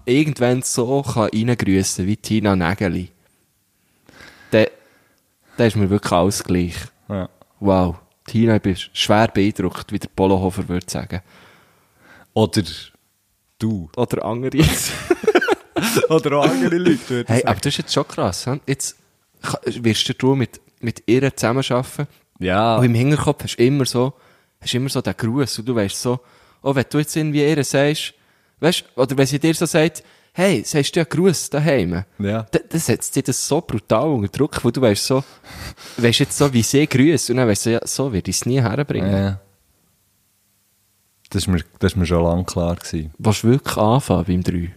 irgendwann so kann reingrüssen wie Tina Nägeli, dann, dann ist mir wirklich alles gleich. Ja. Wow. Tina, ich bin schwer beeindruckt, wie der Polohofer würde sagen. Oder du. Oder andere. Oder auch andere Leute. würden hey, sagen. aber das ist jetzt schon krass. hä? Jetzt ka- wirst du mit, mit ihr zusammenarbeiten. Ja. Und im Hinterkopf hast du immer so, hast du immer so den Gruß und du weißt so, oh, wenn du jetzt irgendwie ihr sagst, weißt, oder wenn sie dir so sagt, hey, sagst du ja Gruß daheim? Ja. Da- Das setzt dir das so brutal unter Druck, wo du weißt so, weißt jetzt so, wie sie grüßt und dann weißt du, ja, so wird ich es nie herbringen. Ja. Das ist mir, das ist mir schon lange klar gewesen. Willst du wirklich anfangen beim 3?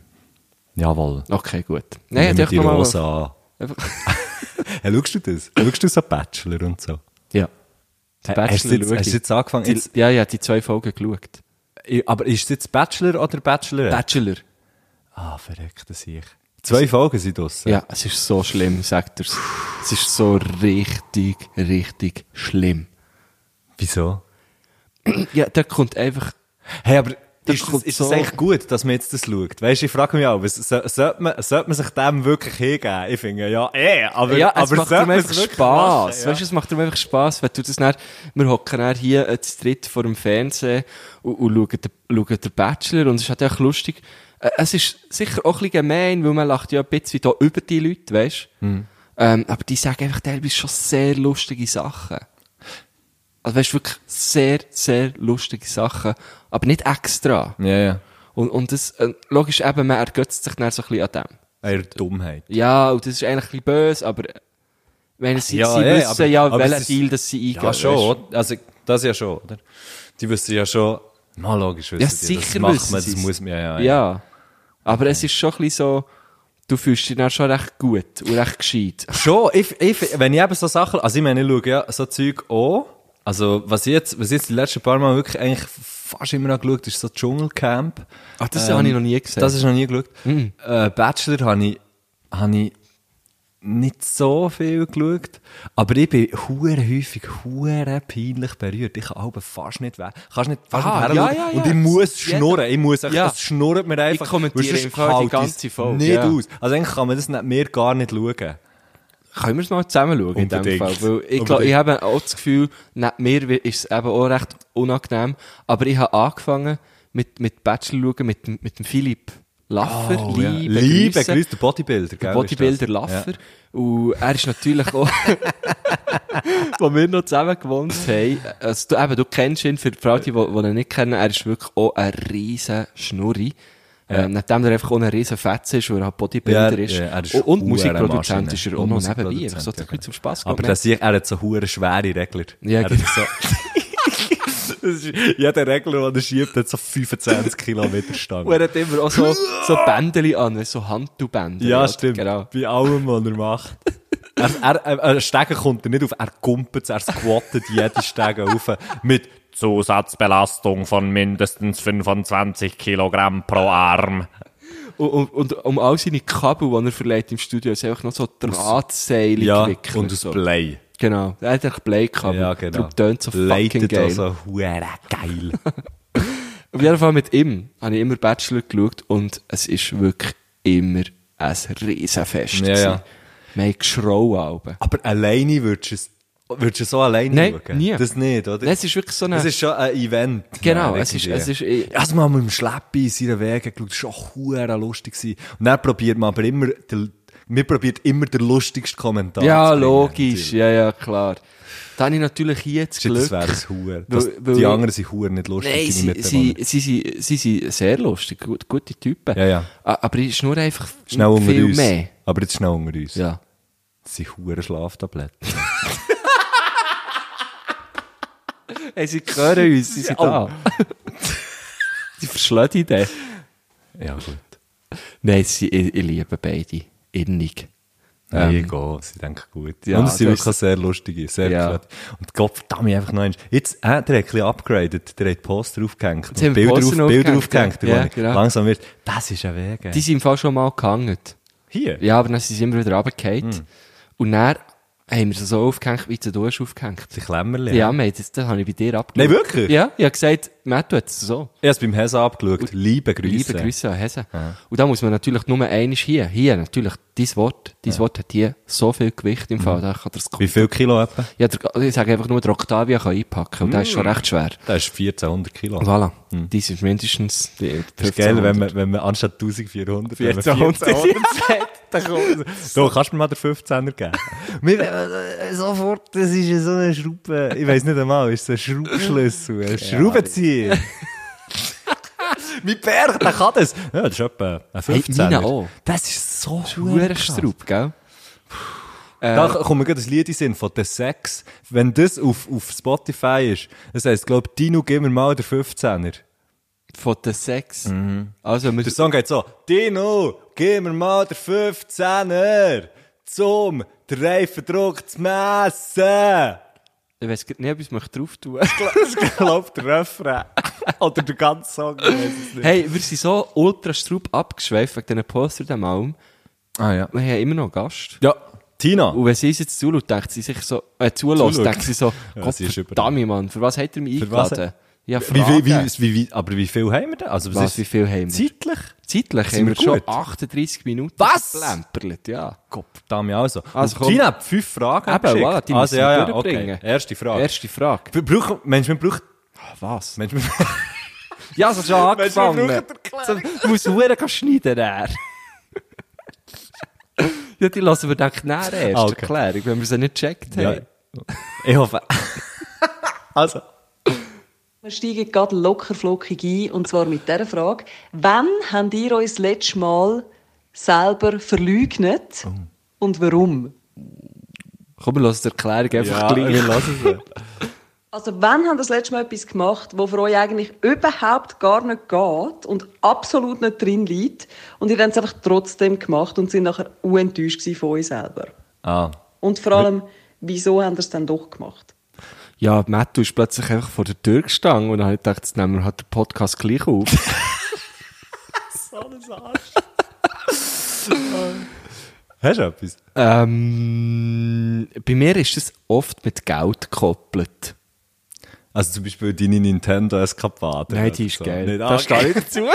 Jawohl. Okay, gut. Nein, Nimm ich die noch mal. Rose an. Hey, schaust du das? Schaust du so Bachelor und so? Ja. Der Hey, hast du jetzt- schau ich. hast du jetzt angefangen? Die, Jetzt- ja, ja, die zwei Folgen geschaut. I- Aber ist es jetzt Bachelor oder Bachelorette? Bachelor. ah, verrückt, das ich. Zwei Folgen sind draussen. Ja, es ist so schlimm, sagt er. Es ist so richtig, richtig schlimm. Wieso? Ja, der kommt einfach. Hey, aber Das ist, das, kommt ist so- das echt gut, dass man jetzt das schaut? Weißt du, ich frage mich auch, was, so, sollte, man, sollte man sich dem wirklich hingeben? Ich finde, ja, eh, aber, Ja, es aber macht sollte ihm man es einfach wirklich Spass. machen? Weißt du, es macht ihm einfach Spass, wenn du das dann, wir hocken dann hier äh, zu dritt vor dem Fernsehen und, und schauen, den, schauen den Bachelor und es ist halt echt lustig. Äh, es ist sicher auch ein bisschen gemein, weil man lacht ja ein bisschen da über die Leute, weißt du? Hm. Ähm, aber die sagen einfach teilweise schon sehr lustige Sachen. Also weißt du, wirklich sehr, sehr lustige Sachen. Aber nicht extra. Ja, ja. Und, und das, äh, logisch eben, man ergötzt sich dann so ein bisschen an dem. Eure Dummheit. Ja, und das ist eigentlich ein bisschen böse, aber wenn sie, Ja, sie eh, wissen aber- ja, aber welchen es ist- Deal das sie eingehen. Ja, schon, weißt du? oder? Also, das ja schon, oder? Die wissen ja schon, mal logisch wissen Ja, die, sicher das macht wissen man, sie das es. muss man, ja, ja. ja. Ja. Aber es ist schon ein bisschen so, du fühlst dich dann schon recht gut und recht gescheit. Schon, ich, ich, wenn ich eben so Sachen, also ich meine, ich schaue ja so Zeug an, also was ich jetzt, was ich jetzt die letzten paar Mal wirklich eigentlich fast immer noch geschaut, ist so Dschungelcamp. Ach, Ah, Ähm, das habe ich noch nie gesehen. Mhm. Das ist noch nie geschaut. Äh, Bachelor habe ich, habe ich nicht so viel geschaut, aber ich bin hure häufig hure peinlich berührt. Ich kann aber fast nicht weg. Kannst nicht, fast Ah, nicht ja, herschauen. ja, Und ja. ich muss Jeder- schnurren. Ich muss, echt- Ja. das schnurrt mir einfach. kommentiere weil sonst im Fall die kalt es ganze Folge, Nicht ja. aus. Also eigentlich kann man das nicht, mir gar nicht schauen. Können wir es mal zusammen schauen in dem Unbedingt. Fall? Weil ich, glaub, Unbedingt. ich habe auch das Gefühl, neben mir wi- ist es eben auch recht unangenehm. Aber ich habe angefangen mit, mit Bachelor schauen, mit, dem- mit dem Philipp Laffer. Oh, ja. liebe Liebe Grüße. Grüße, der Bodybuilder, gell? Bodybuilder ist das? Laffer. Und er ist natürlich auch, wo wir noch zusammen gewohnt haben. Also, du, eben, du kennst ihn, für für alle, die, die ihn nicht kennen, er ist wirklich auch ein riesen Schnurri. Ähm, nachdem er einfach auch ein riesen Fetz ist, weil er halt Bodybuilder Ja, ist. ja, er ist Und, und hure Musikproduzent Maschine. ist er auch Und noch nebenbei. Musikproduzent, Einfach so, das ja, ein bisschen zum Spass Aber gemacht. das hier, er hat so hure schwere Regler. Ja, er hat genau. so, das ist, jeder Regler, den er schiebt, hat so 25 Kilometer Und er Stange. hat immer auch so, so Bändeli an, weißt du, so Handtuchbänder. Ja, stimmt. Genau. Bei allem, was er macht. Er, er, er, er Stegen kommt er nicht auf, er kumpelt, er squattet jeden Stegen auf mit Zusatzbelastung von mindestens 25 Kilogramm pro Arm. Und, und, und um all seine Kabel, die er verlegt im Studio, ist einfach noch so Drahtseile ja, gewickelt. und aus so. Blei. Genau, er hat einfach Blake gehabt. Ja, genau. Darum tönt so fucking Leitet geil. also hure geil. Auf jeden Fall mit ihm habe ich immer Bachelor geschaut und es ist wirklich immer ein Riesenfest. Ja, gewesen. ja. Wir haben geschrauen. Alben. Aber alleine würdest du es, würdest du so alleine Nein, schauen? nie. Das nicht, oder? Nein, es ist wirklich so eine- Das ist schon ein Event. Genau, Nein, es ist- irgendwie. es ist- Also mal mit dem Schleppi in seiner Wege geschaut, das war schon hure lustig. gewesen. Und dann probiert man aber immer, den, mir probiert immer der lustigste Kommentar Ja, zu bringen, logisch. natürlich. Ja, ja, klar. Da habe ich natürlich hier das Shit, Glück. das wäre ein Huer. Weil- weil- Die anderen sind Huer nicht lustig. Nein, die sie, mit dem sie, anderen. sie, sie, sie sind sehr lustig, gut, gute Typen. Ja, ja. A- Aber es ist nur einfach Schnell unter viel uns. mehr. Aber jetzt schnell unter uns. Ja. Das sind Huer Schlaftabletten. Hey, sie hören uns, sie sind da. sie verschlagen die Idee. ja, gut. Nein, sie, ich, ich liebe beide. Innig. Nein, Ähm. ich gehe. Sie denken gut. Ja, und es sind das- wirklich auch sehr lustige, sehr Ja. kreativ. Und Gott verdammt einfach noch eins. Jetzt, äh, der hat ein bisschen upgraded. Der hat Poster aufgehängt. haben und wir Bilder, auf, Poster Bilder aufgehängt, aufgehängt. ja. Ja, Ja, genau. Langsam wird. Das ist ein Weg. ey. Die sind im Fall schon mal gehangen. Hier? Ja, aber dann sind sie immer wieder runtergefallen. Hm. Und dann haben wir sie so aufgehängt, wie du sie hast aufgehängt. Die Klemmerli. Ja, ja Mate, das, das habe ich bei dir abgelehnt. Nein, wirklich? Ja, ich habe gesagt, Matt, du hättest es so. Ich habe es beim Hesa abgeschaut. Liebe Grüße. Liebe Grüße an Hesse. Und da muss man natürlich nur einmal hier, hier natürlich, dein Wort, dein Wort hat hier so viel Gewicht im Fall, da kann das Mhm. Wie viel Kilo etwa? ja, der, ich sage einfach nur, der Octavia kann einpacken und der ist schon Mhm. recht schwer. Das ist 1400 Kilo. Voilà, dies ist mindestens die Mhm. Das ist geil, wenn man, wenn man anstatt 1400, wenn man 1400. 1400 sagt, dann kommt es. So, kannst du mir mal den 15er geben? Wir äh, sofort, das ist ja so eine Schraube. Ich weiss nicht einmal, ist es ein Schraubschlüssel, ein Schraubenzieher. mein Berg, der kann das. Ja, das ist etwa ein 15er. meiner auch. Das ist so Äh, Huren krass. Straub, gell? Da kommt mir gerade das Lied in den Sinn von The Sex. Wenn das auf, auf Spotify ist, das heisst, glaub, Dino, gib mir mal den 15er. Von den sechs. Mhm. Also, wir, Der Song geht so: Dino, gib mir mal den 15er, zum den Reifendruck zu messen. ich weiss grad nicht, ob ich es möchte drauf tun Das glaubt der Refrain. Oder der ganze Song, ich weiß es nicht. Hey, wir sind so ultra straub abgeschweift wegen diesen Poster dem Alm. Ah ja. Wir haben immer noch einen Gast. Ja, Tina. Und wenn sie uns jetzt zulässt, denkt sie sich so, äh, zulässt, Zulässt. denkt sie so, Ja, Gott sie ist überall. verdammt, Mann, für was hat er mich Für was eingeladen? hat- Ja, wie, Fragen. wie, wie, wie, wie, aber wie viel haben wir denn? Also, Was, wie viel haben wir? Zeitlich? Zeitlich Sind haben wir wir schon gut? 38 Minuten Was? gelämpert, ja. Gott, Dami, also. Also, Und komm. Tina hat fünf Fragen Eben, geschickt. voilà, die also, müssen wir ja, ja, durchbringen. okay. Erste Frage. Erste Frage. Wir brauchen, Mensch, wir brauchen, Was? Mensch, wir Ja, also, es hat schon Mensch, wir angefangen. brauchen Erklärung. Du musst Huren gehen schneiden, er. ja, die lassen wir dann näher erst Ah, okay. Erklärung, wenn wir sie nicht gecheckt Ja. haben. Ich hoffe. also. Wir steigen gerade locker flockig ein, und zwar mit dieser Frage. Wann habt ihr euch das letzte Mal selber verleugnet und warum? Komm, wir lassen die Erklärung einfach gleich. wir lassen es. Also wann habt ihr das letzte Mal etwas gemacht, wo für euch eigentlich überhaupt gar nicht geht und absolut nicht drin liegt und ihr habt es einfach trotzdem gemacht und sind nachher unenttäuscht gewesen von euch selber? Ah. Und vor allem, wieso habt ihr es dann doch gemacht? Ja, Matt, du bist plötzlich einfach vor der Tür gestanden und dann habe ich gedacht, jetzt nehmen wir halt den Podcast gleich auf. Hast du etwas? ähm, bei mir ist es oft mit Geld gekoppelt. Also zum Beispiel deine Nintendo-Eskapade. Nein, oder die ist so. geil. Nicht, da ah, okay. stehe ich dazu.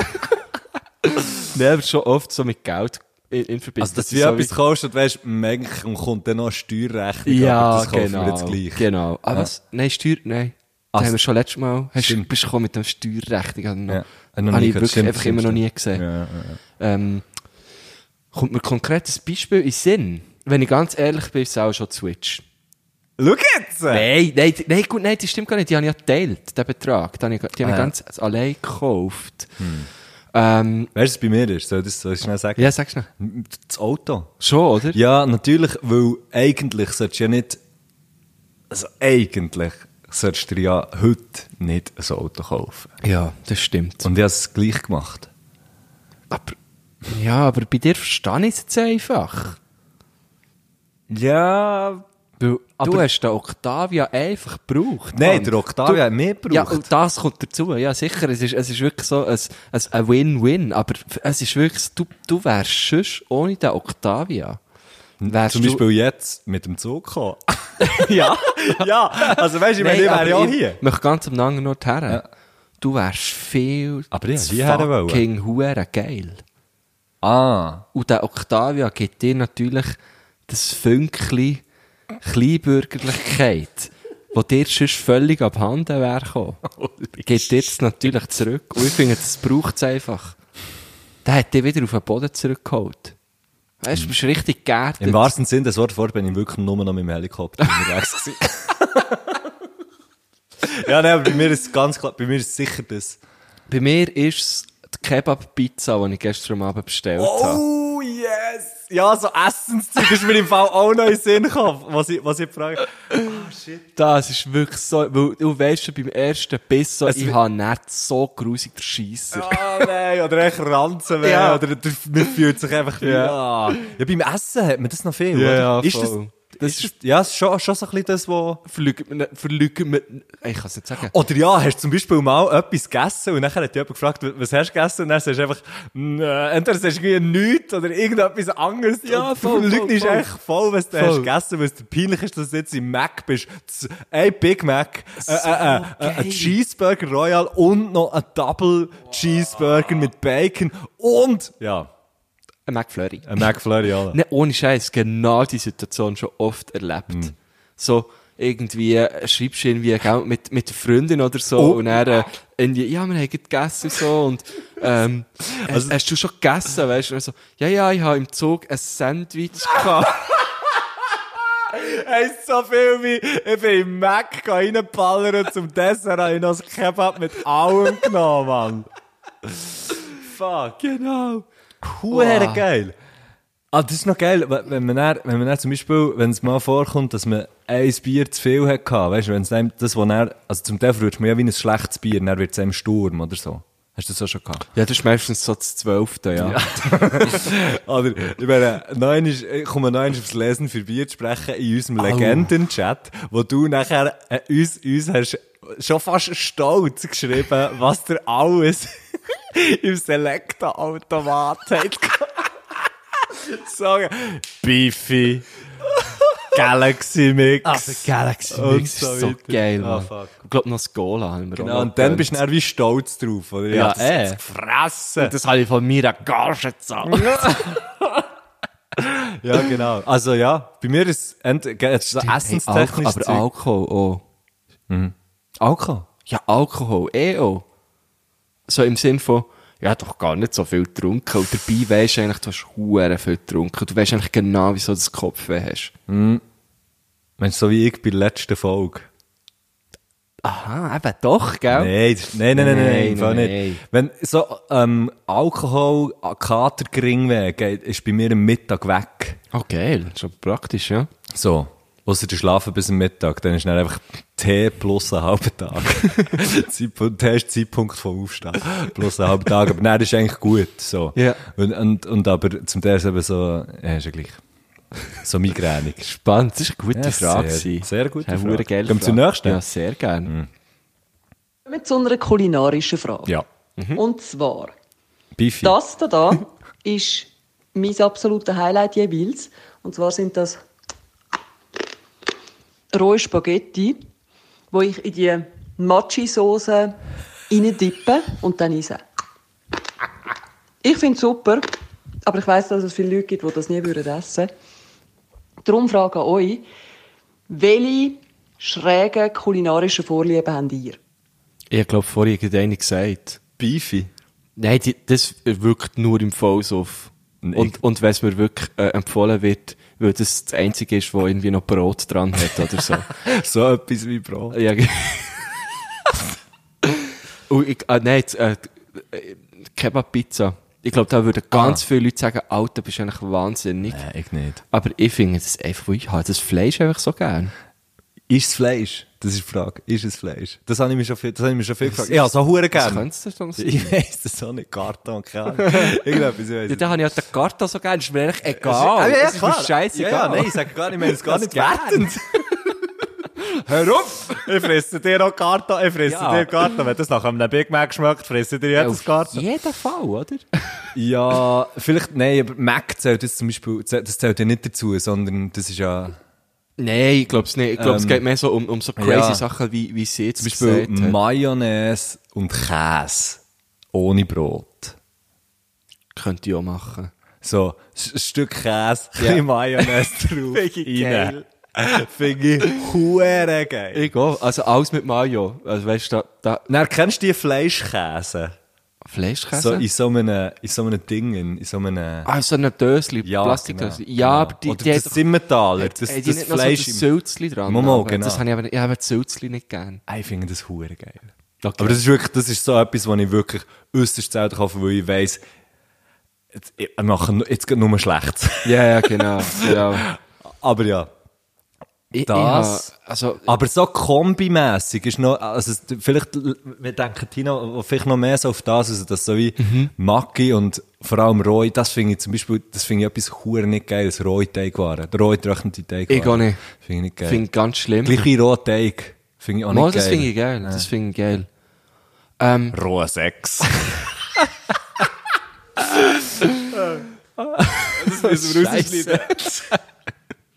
Nein, aber schon oft so mit Geld in, in Verbindung. Also, dass Das du ist so etwas kaufst und weißt, eigentlich kommt dann noch eine Steuerrechnung, aber Ja, das kaufen genau. wir jetzt gleich. Genau. Ah, Ja. was? Nein, Steuer, nein. Also- das haben wir schon letztes Mal. Hast du Stimmt. bist gekommen mit dem Steuerrechnung? Also noch, Ja. Noch nie Habe ich gehört. wirklich Stimmt, einfach stimmt, immer noch nie stimmt. gesehen. Ja, ja, Ähm, kommt mir konkret ein Beispiel in den Sinn? Wenn ich ganz ehrlich bin, ist es auch schon die Switch. Schau jetzt! Nein, nein, die- nein, gut, nein, das stimmt gar nicht. Die habe ich ja geteilt, den Betrag. Die habe ich, die habe Ah, ich ja. Hmm. ganz allein gekauft. Ähm, Weißt du, was bei mir ist? Soll ich das soll ich schnell sagen? ja, sag's noch. Das Auto. Schon, oder? Ja, natürlich, weil eigentlich solltest du ja nicht. Also, eigentlich solltest du dir ja heute nicht ein Auto kaufen. Ja, das stimmt. Und ich habe es gleich gemacht. aber, ja, aber bei dir verstehe ich es jetzt einfach. Ja. Weil du Aber- hast den Octavia einfach gebraucht. Nein, Mann. der Octavia hat mehr gebraucht. Ja, und das kommt dazu. Ja, sicher. Es ist, es ist wirklich so ein, ein, ein Win-Win. Aber f- es ist wirklich, so, du, du wärst sonst ohne den Octavia. Wärst Zum du- Beispiel jetzt mit dem Zug gekommen. ja. ja, also weißt du, ich meine, ich wäre ja auch hier. Ich möchte ganz am anderen Ort her. Du wärst viel Aber ich zu hätte hierher wollen. fucking hure geil. Ah. Und der Octavia gibt dir natürlich das Fünkchen Kleinbürgerlichkeit, wo dir sonst völlig abhanden wäre gekommen. Gibt dir das natürlich zurück. Und ich finde, das braucht es einfach. Der hat dich wieder auf den Boden zurückgeholt. Weißt du, du bist richtig Im geerdet. wahrsten Sinne des Wortes vorher bin ich wirklich nur noch mit dem Helikopter unterwegs gewesen. ja, nein, aber bei mir ist es ganz klar, bei mir ist es sicher das. Bei mir ist es die Kebab-Pizza, die ich gestern Abend bestellt habe. Oh, yes! Ja, so Essenszeug ist mir im Fall auch noch in den Sinn gekommen, was ich, was ich frage. Das ist wirklich so, weil du weißt schon beim ersten Biss so, Es ich wird- habe nicht so grusig der Scheisser. Ah, nein, oder echt Ranzen weh, Ja. oder der- man fühlt sich einfach wie, Ja. ja. ja, beim Essen hat man das noch viel, Ja, oder? Ist das, voll. Das das ist, ja, ist schon, schon so ein bisschen das, was... Verlügt man, verlügt man, ich kann es nicht sagen. Oder ja, hast du zum Beispiel mal etwas gegessen und dann hat dich jemand gefragt, was hast du gegessen? Und dann sagst du einfach, «Mm, äh, entweder sagst du irgendwie nichts oder irgendetwas anderes. Ja, und voll, du voll, lügnest voll. eigentlich voll, was du Voll. hast gegessen, weil es dir peinlich ist, dass du jetzt im Mac bist. Z- Ein Big Mac, äh, äh, äh, äh, ein Cheeseburger Royal und noch ein Double Cheeseburger mit Bacon und, ja, Ein McFlurry. ein McFlurry, alle. Ne, ohne Scheiß, genau die Situation schon oft erlebt. Mhm. So, irgendwie äh, schreibst du irgendwie gell, mit, mit der Freundin oder so Oh. und dann äh, irgendwie, ja, wir haben gerade gegessen und so und ähm, Also hast, hast du schon gegessen, weißt du? Und so, ja, ja, ich habe im Zug ein Sandwich gehabt. heisst so viel wie, ich bin im Mac gegangen reinballern und zum Dessert habe ich noch ein Kebab mit allem genommen, Mann. Fuck. Genau. Huere geil. Ah, das ist noch geil, we- wenn man, dann, wenn man dann zum Beispiel, wenn es mal vorkommt, dass man ein Bier zu viel hatte, weißt du, wenn es dann das, was dann, also zum Teil wird man ja wie ein schlechtes Bier, dann wird es einem Sturm oder so. Hast du das auch schon gehabt? Ja, das ist meistens so das Zwölfte, ja. Oder, ich meine, nein ist, ich komme noch einmal aufs Lesen für Bier zu sprechen in unserem Legenden-Chat, wo du nachher äh, uns, uns hast schon fast stolz geschrieben, was der alles im Selecta-Automat hat. Sagen, Beefy. Galaxy Mix. Ah, Galaxy Und Mix so ist so weiter. geil, Ah, Mann. fuck. ich glaube, noch das Gola haben wir Ja, und dann bist du dann wie stolz drauf, oder? Ja, das, genau äh. das gefressen. Das habe ich von mir eine Gage gezahlt. Ja, genau. Also ja, bei mir ist es so Alko- essenstechnisch. aber Alkohol auch. Alkohol. Ja, Alkohol, eh auch. So im Sinn von, ja, doch gar nicht so viel getrunken. Und dabei weisst du eigentlich, du hast huere viel getrunken. Du weisst eigentlich genau, wieso du das Kopfweh hast. Mensch, so wie ich bei der letzten Folge. Aha, eben doch, gell? Nein, das- nein, nein, nein, nein, Nein, nein, im Fall nein, nicht. Wenn so ähm, Alkohol, Kater gering weg, ist bei mir am Mittag weg. Oh, geil. Schon praktisch, ja. So. Ausser die schlafen bis am Mittag, dann ist dann einfach Tee plus einen halben Tag. Zeitpunkt, Tee ist Zeitpunkt vom Aufstehen. Plus einen halben Tag. Aber dann ist eigentlich gut, so. Ja. Und, und, und aber zum Teil ist eben so, ja, ist ja gleich. So migränig. Spannend, das ist eine gute Ja, Frage. sehr- gewesen. sehr gute Das ist Frage. eine verdammt geile Gehen wir zum Frage. nächsten? Mhm. Ja, sehr gerne. Kommen wir zu einer kulinarischen Frage. Ja. Und zwar, Bifi. das da, da ist mein absolutes Highlight jeweils. Und zwar sind das rohe Spaghetti, wo ich in die Machi-Soße dippe und dann esse. Ich finde es super, aber ich weiß, dass es viele Leute gibt, die das nie würden essen würden. Darum frage ich euch, welche schrägen kulinarischen Vorlieben habt ihr? Ich glaube, vorhin hat einer gesagt. Bifi. Nein, die, das wirkt nur im Falls auf. Nein. Und, und wenn es mir wirklich äh, empfohlen wird, weil das das Einzige ist, wo irgendwie noch Brot dran hat oder so. So etwas wie Brot. ja. ge- Und ich, äh, nein, jetzt, äh, äh, Kebab-Pizza. Ich glaube, da Ah. würden ganz viele Leute sagen, Alter, bist du eigentlich wahnsinnig. Nein, ich nicht. Aber ich finde das einfach, ich habe das Fleisch einfach so gern. Ist es Fleisch? Das ist die Frage. Ist es Fleisch? Das habe ich mir schon viel, das habe ich mir schon viel gefragt. Ja, so hure Das gerne. könntest du doch sein. Ähm, Ich weiss das auch nicht. Karton, keine Ahnung. Irgendetwas, ich weiss Ja, es dann habe ich halt den Karton so gern, ist mir eigentlich Ah, egal. ja, ja, das ist mir klar. scheißegal. Ja, ja, nein, ich sage gar nicht, ich meine es gar Das nicht gern. wertend. Hör auf! Ich fresse dir auch Karton, ich fresse Ja. dir Karton. Wenn das nach einem Big Mac schmeckt, fresse dir Ja, jedes auf Karton. jeden Fall, oder? Ja, vielleicht, nein, aber Mac zählt jetzt zum Beispiel, das zählt ja nicht dazu, sondern das ist ja... Nein, ich glaube es nicht. Ich glaube, es Ähm, geht mehr so um, um so crazy ja. Sachen, wie, wie sie jetzt Zum Beispiel gesagt hat. Mayonnaise und Käse ohne Brot. Könnte ich auch machen. So, ein Stück Käse, ein bisschen Mayonnaise drauf. rein. Finde ich hure geil. Ich auch. Also alles mit Mayo. Also weißt du, da, da Dann kennst du die Fleischkäse? Fleischkäse? So, in, so einem, in so einem Ding, in, in so einem... genau. ah, so eine Dösli, Plastikdösli. Ja, aber die, Oder die das Simmentaler, das, Ey, das, die nicht noch Fleisch... so das im- Sülzli dran. Momo, aber genau. Das habe ich aber, ich habe das Sülzli nicht gern. Ah, ich finde das hure geil. Aber das ist wirklich, das ist so etwas, was ich wirklich äußerst selten kaufe, weil ich weiss, jetzt, ich mache nu- jetzt geht nur Schlechtes. Ja, ja, genau. genau. Aber ja. Ich, Das- Ah, Ich, habe- also, Aber so kombimässig ist noch, also es- vielleicht, wir denken Tina vielleicht noch mehr so auf das, also das so wie Mhm. Maggi und vor allem Roy, das finde ich zum Beispiel, das finde ich etwas hure nicht geil, das rohe Teigwaren, der rohe getrocknete Teigwaren. Ich auch nicht. Finde ich nicht geil. finde ganz schlimm. Gleich wie roher Teig, finde ich auch Mal, nicht das geil. finde ich geil. Das finde ich geil. Rohe Sex. das Scheisse.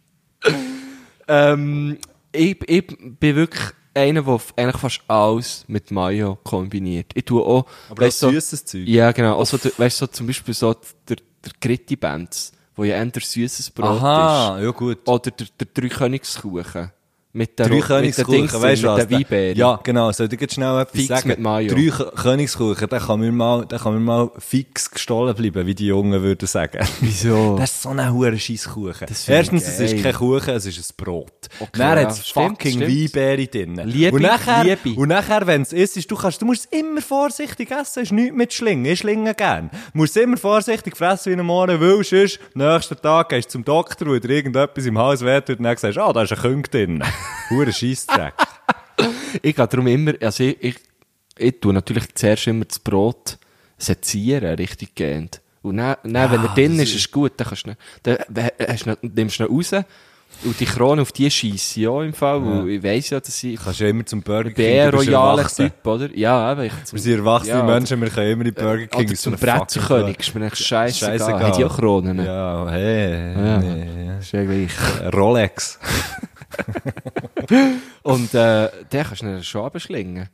ähm, ich, ich bin wirklich einer, der eigentlich fast alles mit Mayo kombiniert. Ich tue auch... Aber auch weißt du, süßes Zeug. Ja, genau. Also, du, weißt du, so zum Beispiel so der, der Gritti-Benz, wo ja eher süßes Brot Aha, ja gut. ist. Oder der, der Dreikönigskuchen. Mit der Drei Ro- mit den Königskuchen, Dings drin, weißt du was? Mit den Weinbeeren. Ja, genau, soll ich jetzt schnell etwas Fix sagen? mit Mayo. Drei Kö- Königskuchen, der kann mir mal, der kann mir mal fix gestohlen bleiben, wie die Jungen würden sagen. Wieso? Das ist so ein hoher Scheisskuchen. Das finde ich Erstens, es ist geil. kein Kuchen, es ist ein Brot. Okay, dann ja, hat es stimmt, fucking stimmt. Weinbeere drin. Liebe, und nachher, Liebe. Und nachher, wenn es ist, ist, du kannst, du musst es immer vorsichtig essen, ist nichts mit Schlingen, ich schlinge gern. Du musst es immer vorsichtig fressen, wie du morgen willst, sonst, nächsten Tag gehst du zum Doktor, weil dir irgendetwas im Hals wehtut und dann sagst du, ah, da ist ein Küng drin. Hoher Scheissdreck. Ich gehe darum immer, also ich, ich, ich tue natürlich zuerst immer das Brot sezieren, richtig gehend. Und dann, dann wenn er drin ist, ist es gut, dann, kannst du, ihn- dann, äh, hast du, ihn- nimmst du ihn raus und die Krone auf die scheisse ja im Fall, weil ich weiss ja, dass ich Kannst du ja immer zum Burger King, du bist royaler erwachsen. Typ, oder? Ja, eben. Ich, Wir sind erwachsene Ja, oder- Menschen, wir können immer in Burger King Oder aus so zum einer fucking Brettkönig, ist mir echt scheissegal. Hat ja auch Kronen. Ja. Ja, hey, Ja. nee, ja. Ist ja gleich. Rolex. Und äh, den kannst du dann schon abschlingen.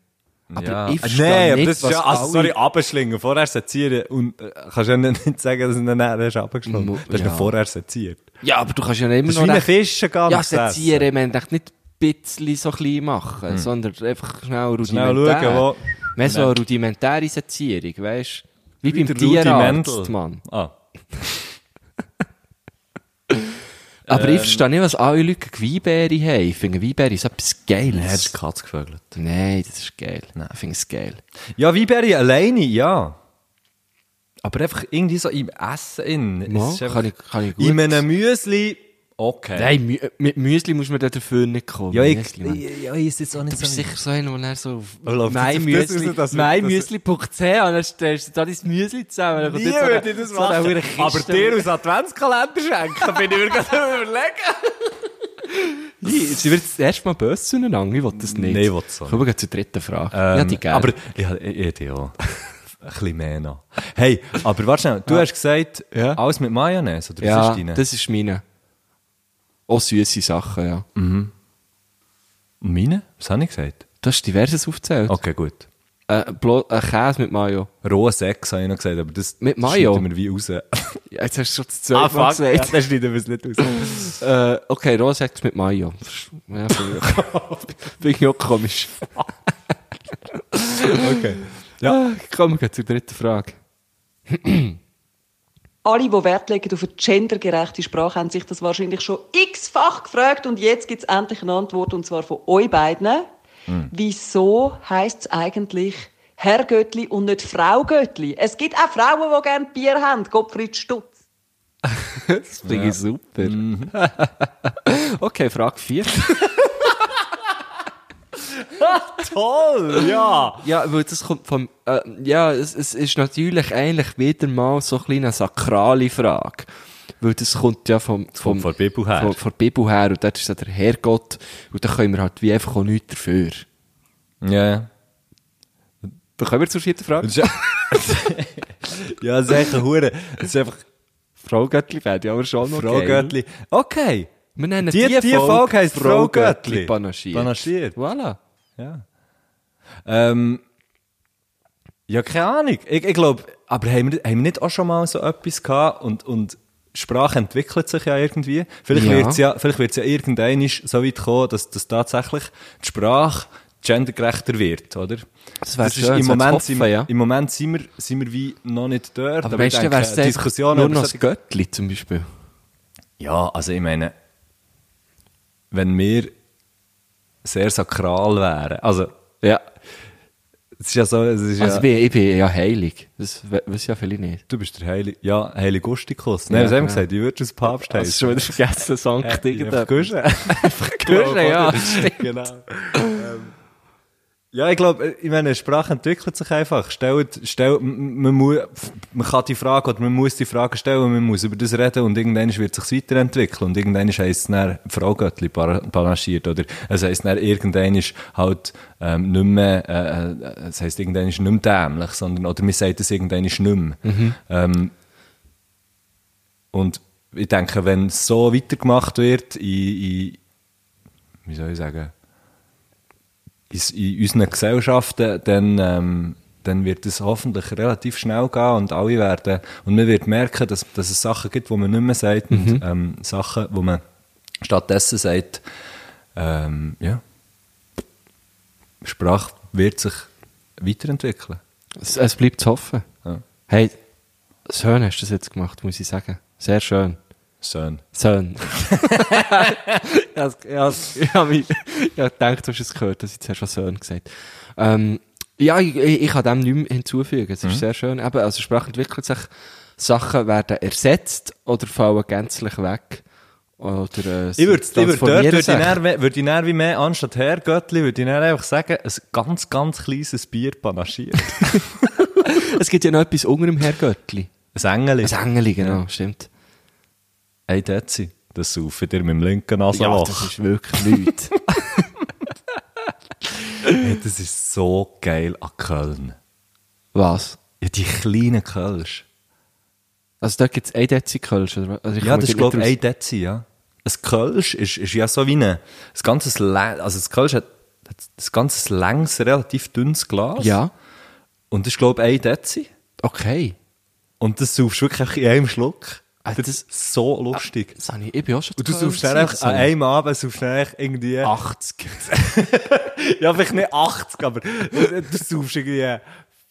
Aber Ja. ich Ah, verstehe Nein, aber nicht, das ist was ja, also, alle- Ah, sorry, abschlingen, vorher sezieren und äh, kannst ja nicht nicht sagen, dass du ihn dann hast abgeschlungen. Mu- das ist ja. ja. vorher seziert. Ja, aber du kannst ja immer Das noch... ist wie ein recht- Fisch, gar Ja, nicht zu essen. sezieren, man denkt nicht ein bisschen so klein machen, sondern einfach schnell rudimentär. Hm. schauen, wo- Mehr so eine rudimentäre Sezierung, weißt du? Wie, beim der Rudi Tierarzt, Mendel. Mann. Ah, Aber ich verstehe nicht, was alle Leute gegen Weinbeere haben. Ich finde, Weinbeere ist etwas Er hat die Geiles. Katze gevögelt. Nein, das ist geil. Ich finde es geil. Ja, Weinbeere alleine, ja. Aber einfach irgendwie so im Essen. In, Ja, Es ist einfach- kann ich- kann ich gut. In einem Müsli, okay. Nein, Mü- mit Müsli muss man da dafür nicht kommen. ja, ich, Müsli, Mann. ja, ich sitze auch nicht Du bist so. sicher so einer, wo er so auf Oh, läuft jetzt auf das raus, dass wir- meinmüsli.ch und dann stellst du da dein Müsli zusammen. Dann kommt jetzt so eine- so eine verdammte Kiste. Aber dir aus Adventskalender schenken, bin ich mir gerade überlegen. Nein, Sie wird das erste Mal böse zueinander. Ich will das nicht. Nein, ich will es auch Ähm, Kommen wir gleich zur dritten Frage. ja, die gerne. Aber ja, ich, ich die auch. Ein bisschen mehr noch. Hey, aber warte schnell, du hast gesagt, Ja. alles mit Mayonnaise, oder was ja, ist deine? das ist meine. Auch süße Sachen, ja. Hm. Meine? Was habe ich gesagt? Du hast diverses aufgezählt. Okay, gut. Äh, blo- äh, Käse mit Mayo. Rohe Sex habe ich noch gesagt, aber das, Mit das Mayo? Ah, schneiden wir wie raus. Ja, jetzt hast du schon das Ah, zweite Mal Ja, gesagt. dann schneiden wir es nicht raus. Äh, okay, Rosex mit Mayo. Ja, finde ich auch- finde ich auch komisch. okay. Ja. Ah, Kommen wir gleich zur dritten Frage. Alle, die Wert legen auf eine gendergerechte Sprache, haben sich das wahrscheinlich schon x-fach gefragt und jetzt gibt es endlich eine Antwort und zwar von euch beiden. Wieso heisst es eigentlich Herr Göttli und nicht Frau Göttli? Es gibt auch Frauen, die gerne Bier haben. Gottfried Stutz. Das finde ich super. okay, Frage 4. Toll, ja. Oh, Ja, weil das kommt vom, äh, ja, es, es ist natürlich eigentlich wieder mal so ein kleine sakrale Frage. Weil das kommt ja vom, vom, kommt von der Bibel her. Von, von der Bibel her. Und dort ist ja der Herrgott. Und da können wir halt wie einfach auch nichts dafür. Ja, ja. Dann kommen wir zur vierten Frage. Das ist ja, das ist echt ein Hure. Das ist einfach Frau Göttli wäre ja aber schon noch Frau geil. Göttli. Okay. Wir nennen Die, die, Folge heisst Frau Göttli. Panaschiert. Panaschiert. Voilà. Ja. Ähm, ja, keine Ahnung. Ich, ich glaube, aber haben wir, haben wir nicht auch schon mal so etwas gehabt und, und Sprache entwickelt sich ja irgendwie. Vielleicht Ja. wird es ja, vielleicht wird's ja irgendwann so weit kommen, dass, dass tatsächlich die Sprache gendergerechter wird, oder? Das wär schön, ist, im, das Moment hoffen, sind wir, ja. Im Moment sind wir, sind wir wie noch nicht dort. Aber, ich weißt du, denke, wäre es Diskussionen nur über noch solche- das Göttli zum Beispiel. Ja, also ich meine, wenn wir sehr sakral wären, also Ja. es ist ja so, es ist ja... Also ich, bin, ich bin ja heilig. Das we- wissen ja viele nicht. Du bist der Heilige, ja, Heilige Gustikus. Nein, Ja, was haben wir ja. gesagt? Ich würde es Papst Das heißen. ist Äh, schon wieder vergessen, Sankt Einfach irgendetwas. Guschen. Einfach Guschen, ja, stimmt. Genau. Ähm, Ja, ich glaube, ich meine, Sprache entwickelt sich einfach. Stellt, stellt, m- m- man, muss, man kann die Frage oder man muss die Frage stellen, man muss über das reden und irgendwann wird es sich weiterentwickeln und irgendwann heisst es dann Fraugöttli panaschiert oder es heisst dann irgendwann ist halt ähm, nicht mehr, äh, äh, es heisst irgendwann ist nicht mehr dämlich, sondern, oder man sagt es irgendwann ist nicht mehr. Mhm. Ähm, und ich denke, wenn so weitergemacht wird, in, in wie soll ich sagen, in, in unseren Gesellschaften, dann, ähm, dann wird es hoffentlich relativ schnell gehen und alle werden, und man wird merken, dass, dass es Sachen gibt, die man nicht mehr sagt und ähm, Sachen, die man stattdessen sagt, ähm, ja, Sprache wird sich weiterentwickeln. Es, es bleibt zu hoffen. Ja. Hey, schön hast du das jetzt gemacht, muss ich sagen. Sehr schön. Schön. Schön. ich habe gedacht, du hast es gehört, dass ich zuerst schon schön gesagt habe. ähm, Ja, ich, ich, ich kann dem nichts mehr hinzufügen. Es Mhm. ist sehr schön. Eben, also Sprache entwickelt sich, Sachen werden ersetzt oder fallen gänzlich weg. Oder, äh, Ich sie würde ich würd dort, transformieren würde ich sich. dann, würd ich dann wie mehr, anstatt Herr Göttli, würde ich dann einfach sagen, ein ganz, ganz kleines Bier panaschiert. Es gibt ja noch etwas unter dem Herrgöttli. ein Engeli. Ein Engeli, genau, stimmt. Hey, Dezi, das saufen dir mit dem linken Ja, Nasenloch. das ist wirklich nichts. hey, das ist so geil an Köln. Was? Ja, die kleinen Kölsch. Also da gibt es ein Dezi Kölsch, oder was? Also ich Ja, komme das ist, gerade glaube nicht ich, ein Dezi, ja. Ein Kölsch ist, ist ja so wie ein, ein ganzes, lä- also das Kölsch hat, hat ein ganzes längs, relativ dünnes Glas. raus. Ja, Und das ist, glaube ich, ein Dezi. okay. Und das saufst du wirklich einfach in einem Schluck. Ah, das das- ist so lustig. Das habe ich, ich bin auch schon Und du zu Köln suchst dann einfach gewesen. an einem Abend suchst du dann einfach irgendwie... 80. Ja, vielleicht nicht 80, aber du du suchst irgendwie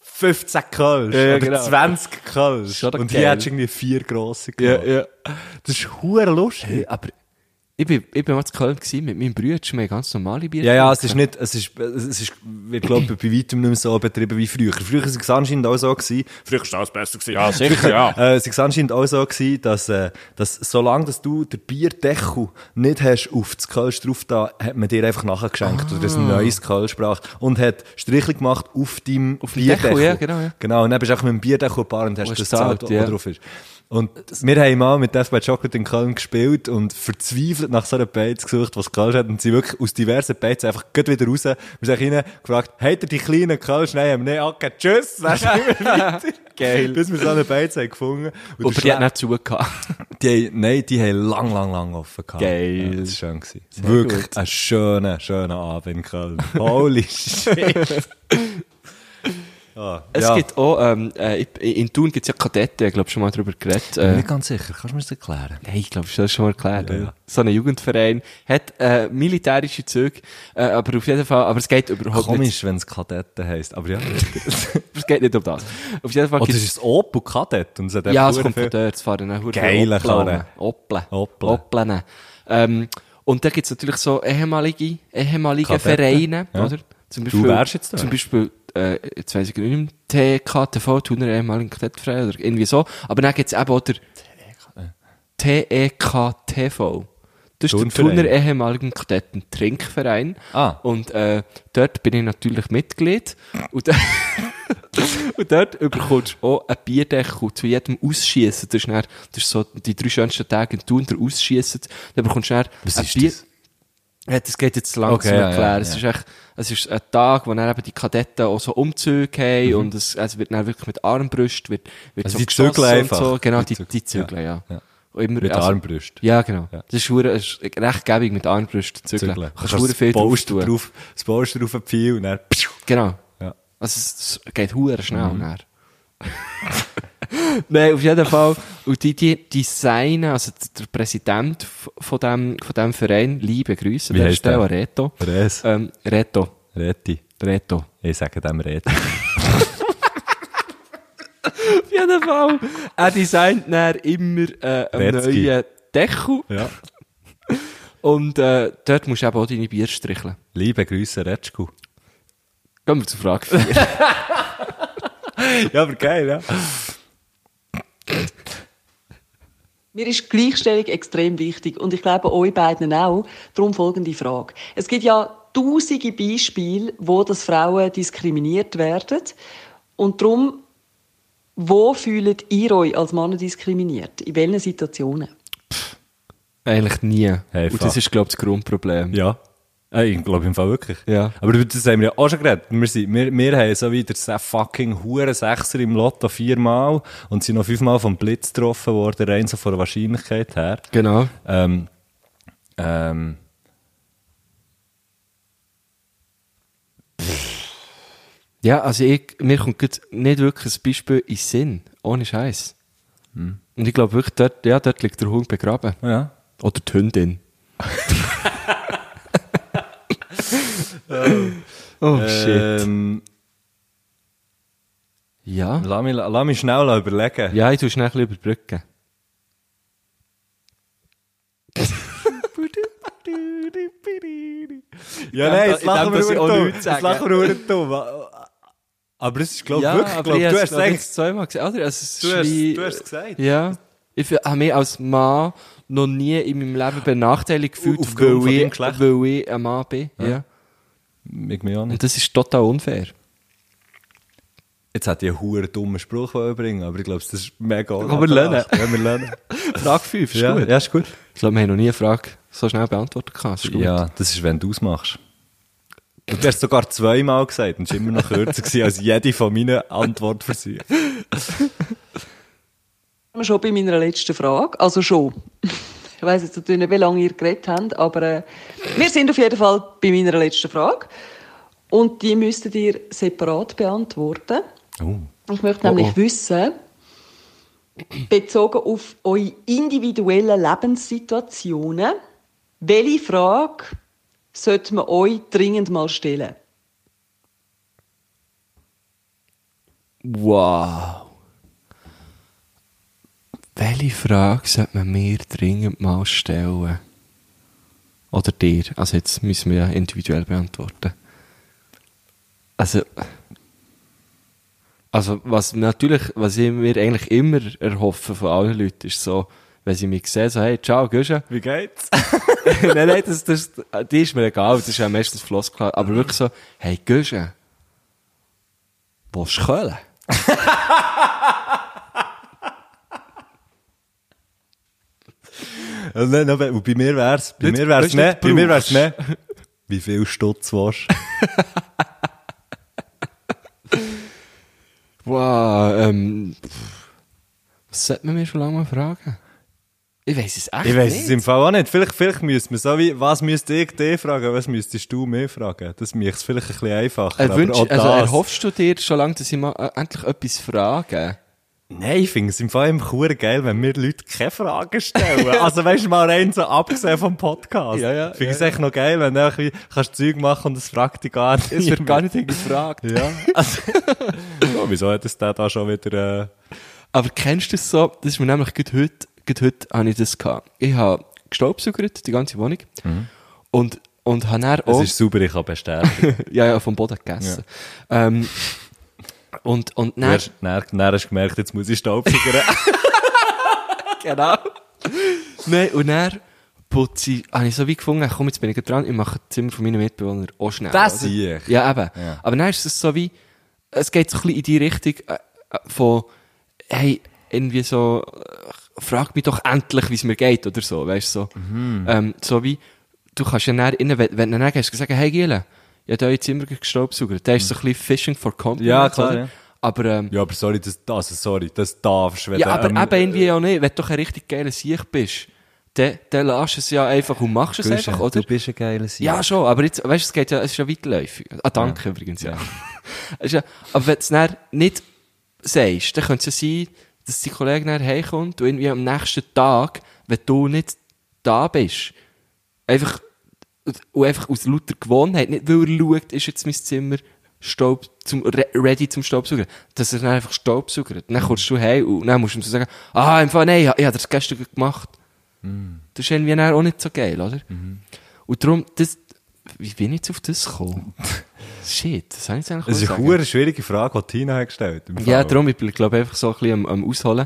15 Kölsch ja, oder genau. 20 Kölsch. Schon doch Und geil. hier hättest du irgendwie vier grosse genommen. ja. Das ist hure lustig. Aber Ich bin, ich bin mal zu Köln gewesen mit meinem Bruder, wir haben ganz normale Bier. Ja, ja, es getrunken. ist nicht, es ist, es ist, wird, glaube ich, bei weitem nicht mehr so betrieben wie früher. Früher war es anscheinend auch so gewesen, Früher war alles besser. gewesen. Ja, sicher, ja. äh, es war anscheinend auch so gewesen, dass, äh, dass solange dass du den Bierdeckel nicht hast auf das Kölsch drauf da, hat man dir einfach nachgeschenkt oder ein Ah. neues Kölsch gebracht und hat Strichli gemacht auf deinem Auf dem Bierdeckel. Deckel, ja, genau, ja. Genau, und dann bist du einfach mit dem Bierdeckel gepaart und hast Wo das hast gezahlt, gezahlt, was ja. drauf ist. Und wir haben mal mit Death by Chocolate in Köln gespielt und verzweifelt nach so einer Beiz gesucht, was Kölsch hat. Und sie wirklich aus diversen Beizen einfach gleich wieder raus. Wir sind rein, gefragt, habt ihr die kleinen Kölsch? Nein, haben wir nicht. Okay, tschüss. Dann sind wir weiter. Geil. Bis wir so eine Beiz haben gefunden. Und Aber der die hat Schle- nicht zugehört. die haben, nein, die haben lang, lang, lang offen gehabt. Geil. Ja, das war schön. Gewesen. Wirklich ein schöner, schöner Abend in Köln. Holy shit. Ah, Es ja. gibt auch, ähm, eh, äh, in in Thun gibt es ja Kadetten, ich glaube schon mal darüber geredet. Bin Äh, nicht ganz sicher. Kannst du mir das erklären? Nein, ich glaube, ich habe das schon mal erklärt. Ja, oder? ja. So ein Jugendverein hat äh, militärische Züge, äh, aber auf jeden Fall, aber es geht überhaupt nicht, Komisch, wenn es Kadetten heisst. Aber ja. Oh, es geht nicht um das. Auf jeden Fall Oder gibt's- ist es Opel Kadett? Und es hat Ja, einfach es kommt viel- von dort, es fahren dann Geile Opeln. Karre. Opeln. Opeln. Opeln. um. Ähm, und da gibt es natürlich so ehemalige, ehemalige Kadetten, Vereine, ja. oder? Zum wärst jetzt dort. Zum Beispiel, äh, jetzt weiss ich gar nicht mehr, TKTV, Thuner ehemaligen Kadettenverein oder irgendwie so. Aber dann gibt es eben auch der E TEKTV. Das ist der Turnverein. Thuner ehemaligen Kadetten-Trinkverein. Ah. Und äh, dort bin ich natürlich Mitglied. Und dann- und dort bekommst du auch einen Bierdeckel zu jedem Ausschiessen. Das ist, dann, das ist so die drei schönsten Tage in Thun, der Ausschiessen. Dann bekommst du dann Was ein ist Bier- das? Ja, das geht jetzt lang Okay, zu ja, erklären. ja, es, ja. Ist echt, es ist ein Tag, wo dann eben die Kadetten auch so Umzüge haben und es, es wird dann wirklich mit Armbrust, wird, wird Mhm. Also so die Zügel geschossen einfach. und so. Genau, Die die, Zügel, die Zügel, ja. ja. Und Immer, Mit also- Armbrust. Ja, genau. Ja. Das ist, hure- ist recht gäbig mit Armbrust zu zügeln. Zügeln. Kannst du viel drauf Poster tun. drauf, das Poster drauf ein Pfeil und dann... Genau. Ja. Mhm. Also es es geht hure schnell nachher. Nein, auf jeden Fall. Und die, die designen, also d- der Präsident f- von dem, von dem Verein, liebe Grüße, Wie der heisst ist der der? Reto. Res. Ähm, Reto. Reti. Reto. Ich sage dem Reti. Auf jeden Fall. Er designt dann immer äh, einen Retzki. neuen Deckel. ja. Und äh, dort musst du eben auch deine Bier stricheln. Liebe Grüße, Retschku. Gehen wir zur Frage 4. Ja, aber geil, ja. Mir ist Gleichstellung extrem wichtig und ich glaube euch beiden auch. Darum folgende Frage. Es gibt ja tausende Beispiele, wo das Frauen diskriminiert werden. Und darum, wo fühlt ihr euch als Männer diskriminiert? In welchen Situationen? Eigentlich nie. Hey, Und fuck. das ist, glaube ich, das Grundproblem. Ja. Äh, Ich glaube im Fall wirklich. Ja. Aber über das haben wir ja auch schon geredet. Wir, sind, wir, wir haben so wieder diesen fucking hure Sechser im Lotto viermal und sind noch fünfmal vom Blitz getroffen worden, rein so von der Wahrscheinlichkeit her. Genau. Ähm, ähm, Ja, also ich, mir kommt grad nicht wirklich ein Beispiel in den Sinn, ohne Scheiß. Und ich glaube wirklich, dort, ja, dort liegt der Hund begraben. ja. Oder die Hündin. oh shit. Ähm, Ja. lass, mich, lass mich schnell überlegen. Ja, ich tue schnell ein bisschen überbrücken. Ja, In nein, dem- jetzt in dem, lachen wir dass ich nur auch dumm. nichts Jetzt sage. lachen wir nur dumm. Aber es ist, glaube ich, wirklich, aber glaub, ich du hab's, hast glaub ich, gesagt, jetzt zweimal gesagt, oder? Also, es Du ist hast- wie- du hast gesagt. Ja. Ich fühl- habe mich als Mann noch nie in meinem Leben benachteiligt gefühlt, Aufgrund von deinem ich, Geschlecht. weil ich ein Mann bin. ja. ich mich auch nicht. Und das ist total unfair. Jetzt hat ich einen hure dummen Spruch überbringen, aber ich glaube, das ist mega. Aber lernen. Ja, wir lernen. Frage 5 ist ja, gut. ja, ist gut. Ich glaube, wir haben noch nie eine Frage so schnell beantwortet. gehabt. Das ist gut. Ja, das ist, wenn du ausmachst. Du hast es sogar zweimal gesagt und es war immer noch kürzer gewesen als jede von meinen Antworten für sie. Sind wir schon bei meiner letzten Frage. Also schon. Ich weiß jetzt natürlich nicht, wie lange ihr geredet habt, aber äh, wir sind auf jeden Fall bei meiner letzten Frage. Und die müsstet ihr separat beantworten. Ich möchte nämlich Oh, oh. wissen, bezogen auf eure individuellen Lebenssituationen, welche Frage sollte man euch dringend mal stellen? Wow. Welche Frage sollte man mir dringend mal stellen? Oder dir? Also jetzt müssen wir ja individuell beantworten. Also, also was natürlich, was ich mir eigentlich immer erhoffe von allen Leuten, ist so, wenn sie mich sehen, so, hey, ciao, Güsche. Wie geht's? nein, nein, das, das, die ist mir egal, das ist ja meistens Floskel. Mhm. Aber wirklich so, hey, Güsche, willst du Köln? Und dann, aber- Also, und bei mir wär's, bei Nicht- mir wär's weißt du, mehr, nicht bei mir wär's brauchst. mehr. Wie viel Stutz warst Wow, ähm, pff, was sollte man mir schon lange mal fragen? Ich weiß es echt Ich weiß es nicht. im Fall auch nicht. Vielleicht, vielleicht müsste man so wie, was müsste ich dich fragen, was müsstest du mir fragen? Das macht es vielleicht ein bisschen einfacher. Er aber wünscht, auch also das- erhoffst du dir schon lange, dass ich mal äh, endlich etwas frage? Nein, ich finde es im Fall immer cool geil, wenn mir Leute keine Fragen stellen. also weißt du, mal rein so abgesehen vom Podcast. Ja, ja, Finde ich es ja, echt noch geil, wenn du auch wie- kannst Zeug machen und es fragt dich gar nicht. Es wird gar nicht gefragt. Ja. Also, ja, wieso hat es der da schon wieder, äh, Aber kennst du das so? Das ist mir nämlich gerade heute, gerade heute habe ich das gehabt. Ich habe gestaubsaugert, die ganze Wohnung. Und, und habe dann Mhm. es auch, ist sauber, ich kann bestätigen. ja, ja, vom Boden gegessen. Ähm, und, und Dann dann, hast- Dann dann hast du gemerkt, jetzt muss ich staubsugern. genau. Nein, und dann putze ich, habe ich so wie gefunden, komm, jetzt bin ich dran, ich mache das Zimmer von meinen Mitbewohnern auch schnell. Das oder? sehe ich. Ja, eben. Ja. Aber dann ist es so wie, es geht so ein bisschen in die Richtung äh, äh, von, hey, irgendwie so, äh, frag mich doch endlich, wie es mir geht oder so, weißt du, so. Mhm. Ähm, so wie, du kannst ja dann, innen, wenn, wenn du dann gehst, sagen, hey Giele, ich habe jetzt immer gestaubsaugert. Der ist so ein bisschen Fishing for Compliments, Mhm. Ja, klar, oder? ja. Aber, ähm, ja, aber sorry, das, also sorry, das darfst, wenn ja, du, aber ähm, eben irgendwie ja nicht. Wenn du doch ein richtig geiler Sieg bist, dann, dann lässt du es ja einfach und machst es einfach, oder? bist ein geiler Sieg. Ja, schon, aber jetzt, weißt du, es geht ja, es ist ja weitläufig. Ah, danke übrigens, ja. Es ist ja aber wenn du es dann nicht sagst, dann könnte es ja sein, dass dein Kollege dann heimkommt und irgendwie am nächsten Tag, wenn du nicht da bist, einfach, und einfach aus lauter Gewohnheit, nicht weil er schaut, ist jetzt mein Zimmer Staub, zum, re, ready zum Staubsauger, dass er dann einfach Staubsaugert. Dann kommst du heim und dann musst du ihm so sagen, ah, im Fall, nein, ich, ich habe das gestern gut gemacht. Das ist irgendwie dann auch nicht so geil, oder? Mhm. Und darum, das, wie bin ich jetzt auf das gekommen? Shit, das habe ich jetzt eigentlich Das ist auch eine sagen. hure schwierige Frage, die Tina hat gestellt hat. Ja, darum, ich bin, glaube einfach so ein bisschen am, am Ausholen.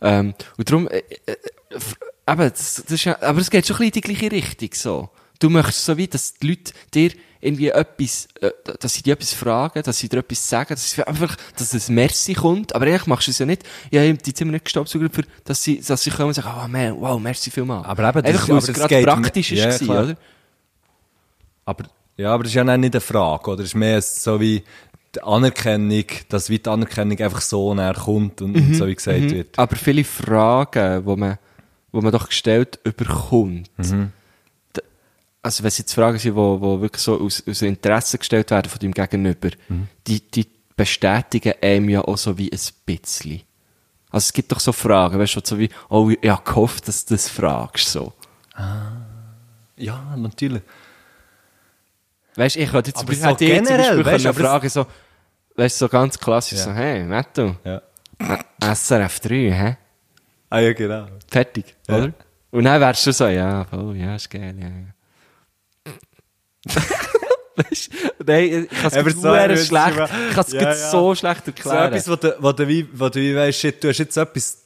Ähm, und darum, äh, äh, f- eben, das, das ist ja, aber es geht schon ein bisschen in die gleiche Richtung, so. Du möchtest so wie, dass die Leute dir irgendwie etwas, äh, dass sie dir etwas fragen, dass sie dir etwas sagen, dass, sie einfach, dass es Merci kommt, aber eigentlich machst du es ja nicht. Ja, ich habe die Zimmer nicht gestaubsaugert, für, dass sie, dass sie kommen und sagen, oh man, wow, merci vielmals. Aber eben, das- einfach, weil es aber das gerade geht- um praktisch Ja, ist, klar. war, oder? Aber, ja, aber das ist ja dann nicht eine Frage, oder? Es ist mehr so wie die Anerkennung, dass wie die Anerkennung einfach so näher kommt und, und so wie gesagt wird. Aber viele Fragen, die man, wo man doch gestellt überkommt, Mhm. d- also wenn es jetzt Fragen sind, die wirklich so aus, aus Interesse gestellt werden von deinem Gegenüber, Mhm. die, die bestätigen einem ja auch so wie ein bisschen. Also es gibt doch so Fragen, weißt du, so wie, oh, ich habe gehofft, dass du das fragst, so. Ja, natürlich. Weißt du, ich könnte jetzt Aber ich so hätte dir zum generell, Beispiel weißt du, können aber fragen, so, weißt du, so ganz klassisch, Ja. so, hey, Matto, Ja. SRF 3, hä? Ah, ja, genau. Fertig, Ja. oder? Und dann wärst du so, ja, voll, ja, ist geil, ja, ja. Weißt du? Nein, ich kann Aber es so so wird's schlecht, schon- ich kann es Ja, ja. so schlecht So erklären. etwas, wo du, wo du wie, wo du wie weißt, shit, du hast jetzt etwas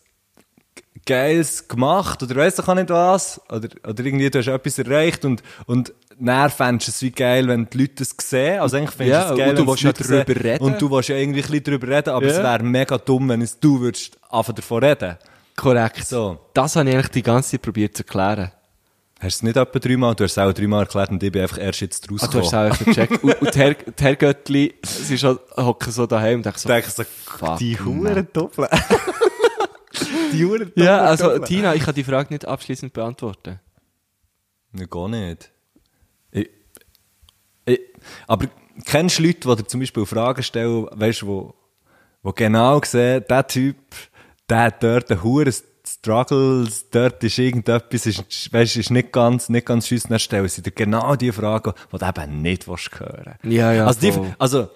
Geiles gemacht oder weißt du auch nicht was oder, oder irgendwie du hast etwas erreicht und, und dann fändest du es wie geil, wenn die Leute es sehen. Also eigentlich fändest Ja, du es geil, und du wenn es willst ja die Leute drüber sehen. reden. Und du willst ja irgendwie ein bisschen drüber reden, aber Ja. es wäre mega dumm, wenn es du würdest anfangen davon reden. korrekt. So. Das habe ich eigentlich die ganze Zeit probiert zu erklären. Hast du es nicht etwa dreimal, du hast es auch dreimal erklärt und ich bin einfach erst jetzt draus Ah, du hast es auch einfach gecheckt. Und, und die Herr- die Herrgöttli, sie ist auch- hocken so daheim und denken so, Ich denke so, fuck, die man. Huren doppeln. die Huren doppeln. Ja, also, Tina, ich kann die Frage nicht abschließend beantworten. Nein, gar nicht. Ich, ich, aber kennst du Leute, die dir zum Beispiel Fragen stellen, weißt du, wo, wo genau sehen, der Typ, der hat dort einen hohen Struggle, dort ist irgendetwas, ist, weißt, ist nicht ganz, nicht ganz scheiss, dann stellen sie dir genau die Fragen, die du eben nicht willst hören Ja, ja, Also, die, voll. also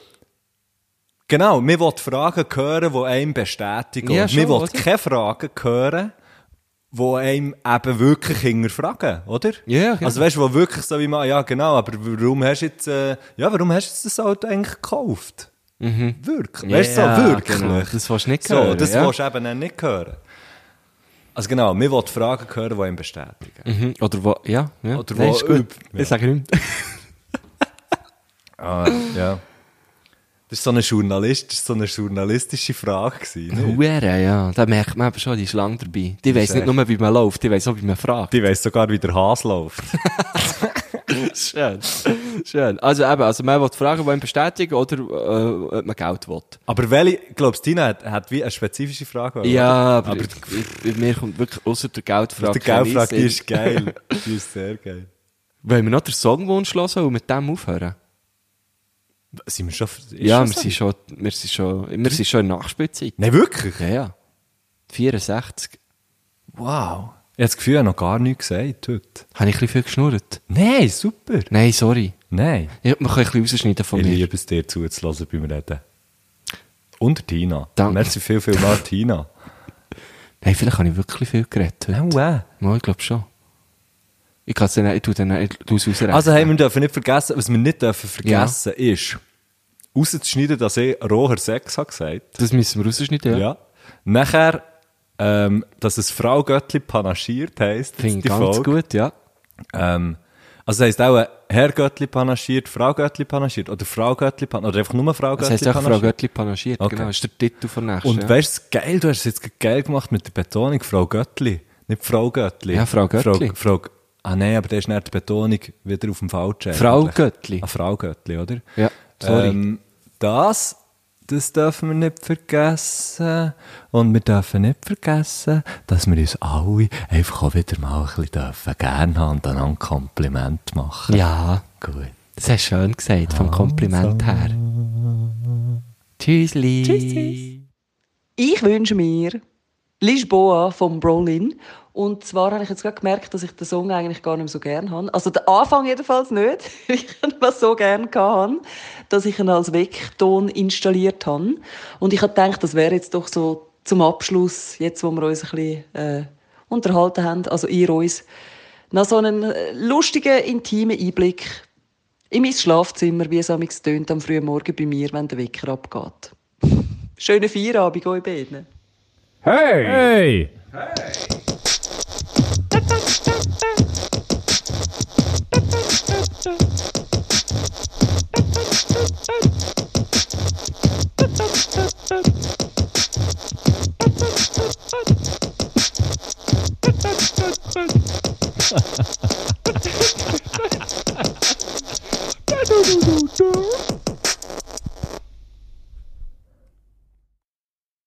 genau, wir wollen Fragen hören, die einem bestätigen. Ja, Und schon, wir wollen oder? keine Fragen hören, wo einem eben wirklich hinterfragen, oder? Ja, genau. Also weißt du, wo wirklich so wie man, ja genau, aber warum hast du jetzt, äh, ja, warum hast du jetzt das Auto eigentlich gekauft? Wirklich, weißt du, so, Mhm. Ja, wirklich. genau. Das willst du nicht so, hören, das ja. willst du eben dann nicht hören. Also genau, wir wollen Fragen hören, die einem bestätigen. Mhm. Oder wo, ja, ja. Oder Nein, wo ist gut. üb- ja. Ich sage nicht mehr. Ah, ja. Das ist so eine, Journalist, das ist so eine journalistische Frage gewesen. ne? Hure, ja. Da merkt man eben schon, die ist lang dabei. Die weiss nicht echt- nur, wie man läuft, die weiss auch, wie man fragt. Die weiss sogar, wie der Hase läuft. Schön. Schön. Also eben, also man will fragen, wollen bestätigen oder äh, ob man Geld will. Aber welche, glaubst du, Tina hat, hat wie eine spezifische Frage? oder? Ja, aber, aber ich, ich, mir kommt wirklich außer der Geldfrage. die Geldfrage, die kein ist Sinn. geil. Die ist sehr geil. Wollen wir noch den Songwunsch hören und mit dem aufhören? Sind wir schon... ist ja, schon wir so? sind, schon, wir, sind schon, wir sind schon in der Nachspielzeit. Nein, wirklich? Ja, ja. 64. Wow. Ich habe das Gefühl, ich habe noch gar nichts gesagt heute. Habe ich ein bisschen viel geschnurrt? Nein, super. Nein, sorry. Nein. Ja, man kann ein bisschen rausschneiden von Ich mir. liebe es, dir zuzulassen beim Reden. Und Tina. Danke. Merci viel, viel mal, Tina. Nein, vielleicht habe ich wirklich viel geredet heute. Oh, wow. Ja, ich glaube schon. Ich kann es dann, ich tue dann, ich tue es ausrechnen. Also, hey, wir dürfen nicht vergessen, was wir nicht dürfen vergessen ist, rauszuschneiden, dass ich roher Sex habe gesagt. das müssen wir rausschneiden, ja. Ja. Nachher, ähm, dass es Frau Göttli panaschiert heisst. Finde ich jetzt die ganz Folge. gut, ja. Ähm, also das heisst auch äh, Herr Göttli panaschiert, Frau Göttli panaschiert oder Frau Göttli panaschiert oder einfach nur Frau Das Göttli heisst auch Frau panaschiert. Göttli panaschiert, Okay. genau. Das ist der Titel von nächstes Und ja. weißt du, geil, du hast es jetzt gerade geil gemacht mit der Betonung Frau Göttli, nicht Frau Göttli. Ja, Frau Göttli. Frau, Frau, ah nein, aber der ist nicht die Betonung wieder auf dem Falschen. Frau eigentlich. Göttli. Ah, Frau Göttli, oder? Ja, sorry. Ähm, das, das dürfen wir nicht vergessen. Und wir dürfen nicht vergessen, dass wir uns alle einfach auch wieder mal ein bisschen dürfen gerne haben und einander Kompliment machen. Ja, Gut. das hast du schön gesagt, Ah, vom Kompliment her. Tschüssli. Ich wünsche mir Lisboa von Brolin. Und zwar habe ich jetzt gerade gemerkt, dass ich den Song eigentlich gar nicht mehr so gerne habe. Also den Anfang jedenfalls nicht. Ich habe ihn so gerne gehabt, dass ich ihn als Weckton installiert habe. Und ich habe gedacht, das wäre jetzt doch so zum Abschluss, jetzt wo wir uns ein bisschen äh, unterhalten haben, also ihr uns, noch so einen äh, lustigen, intimen Einblick in mein Schlafzimmer, wie es am tönt am frühen Morgen bei mir, wenn der Wecker abgeht. Schönen Feierabend euch beiden. Hey!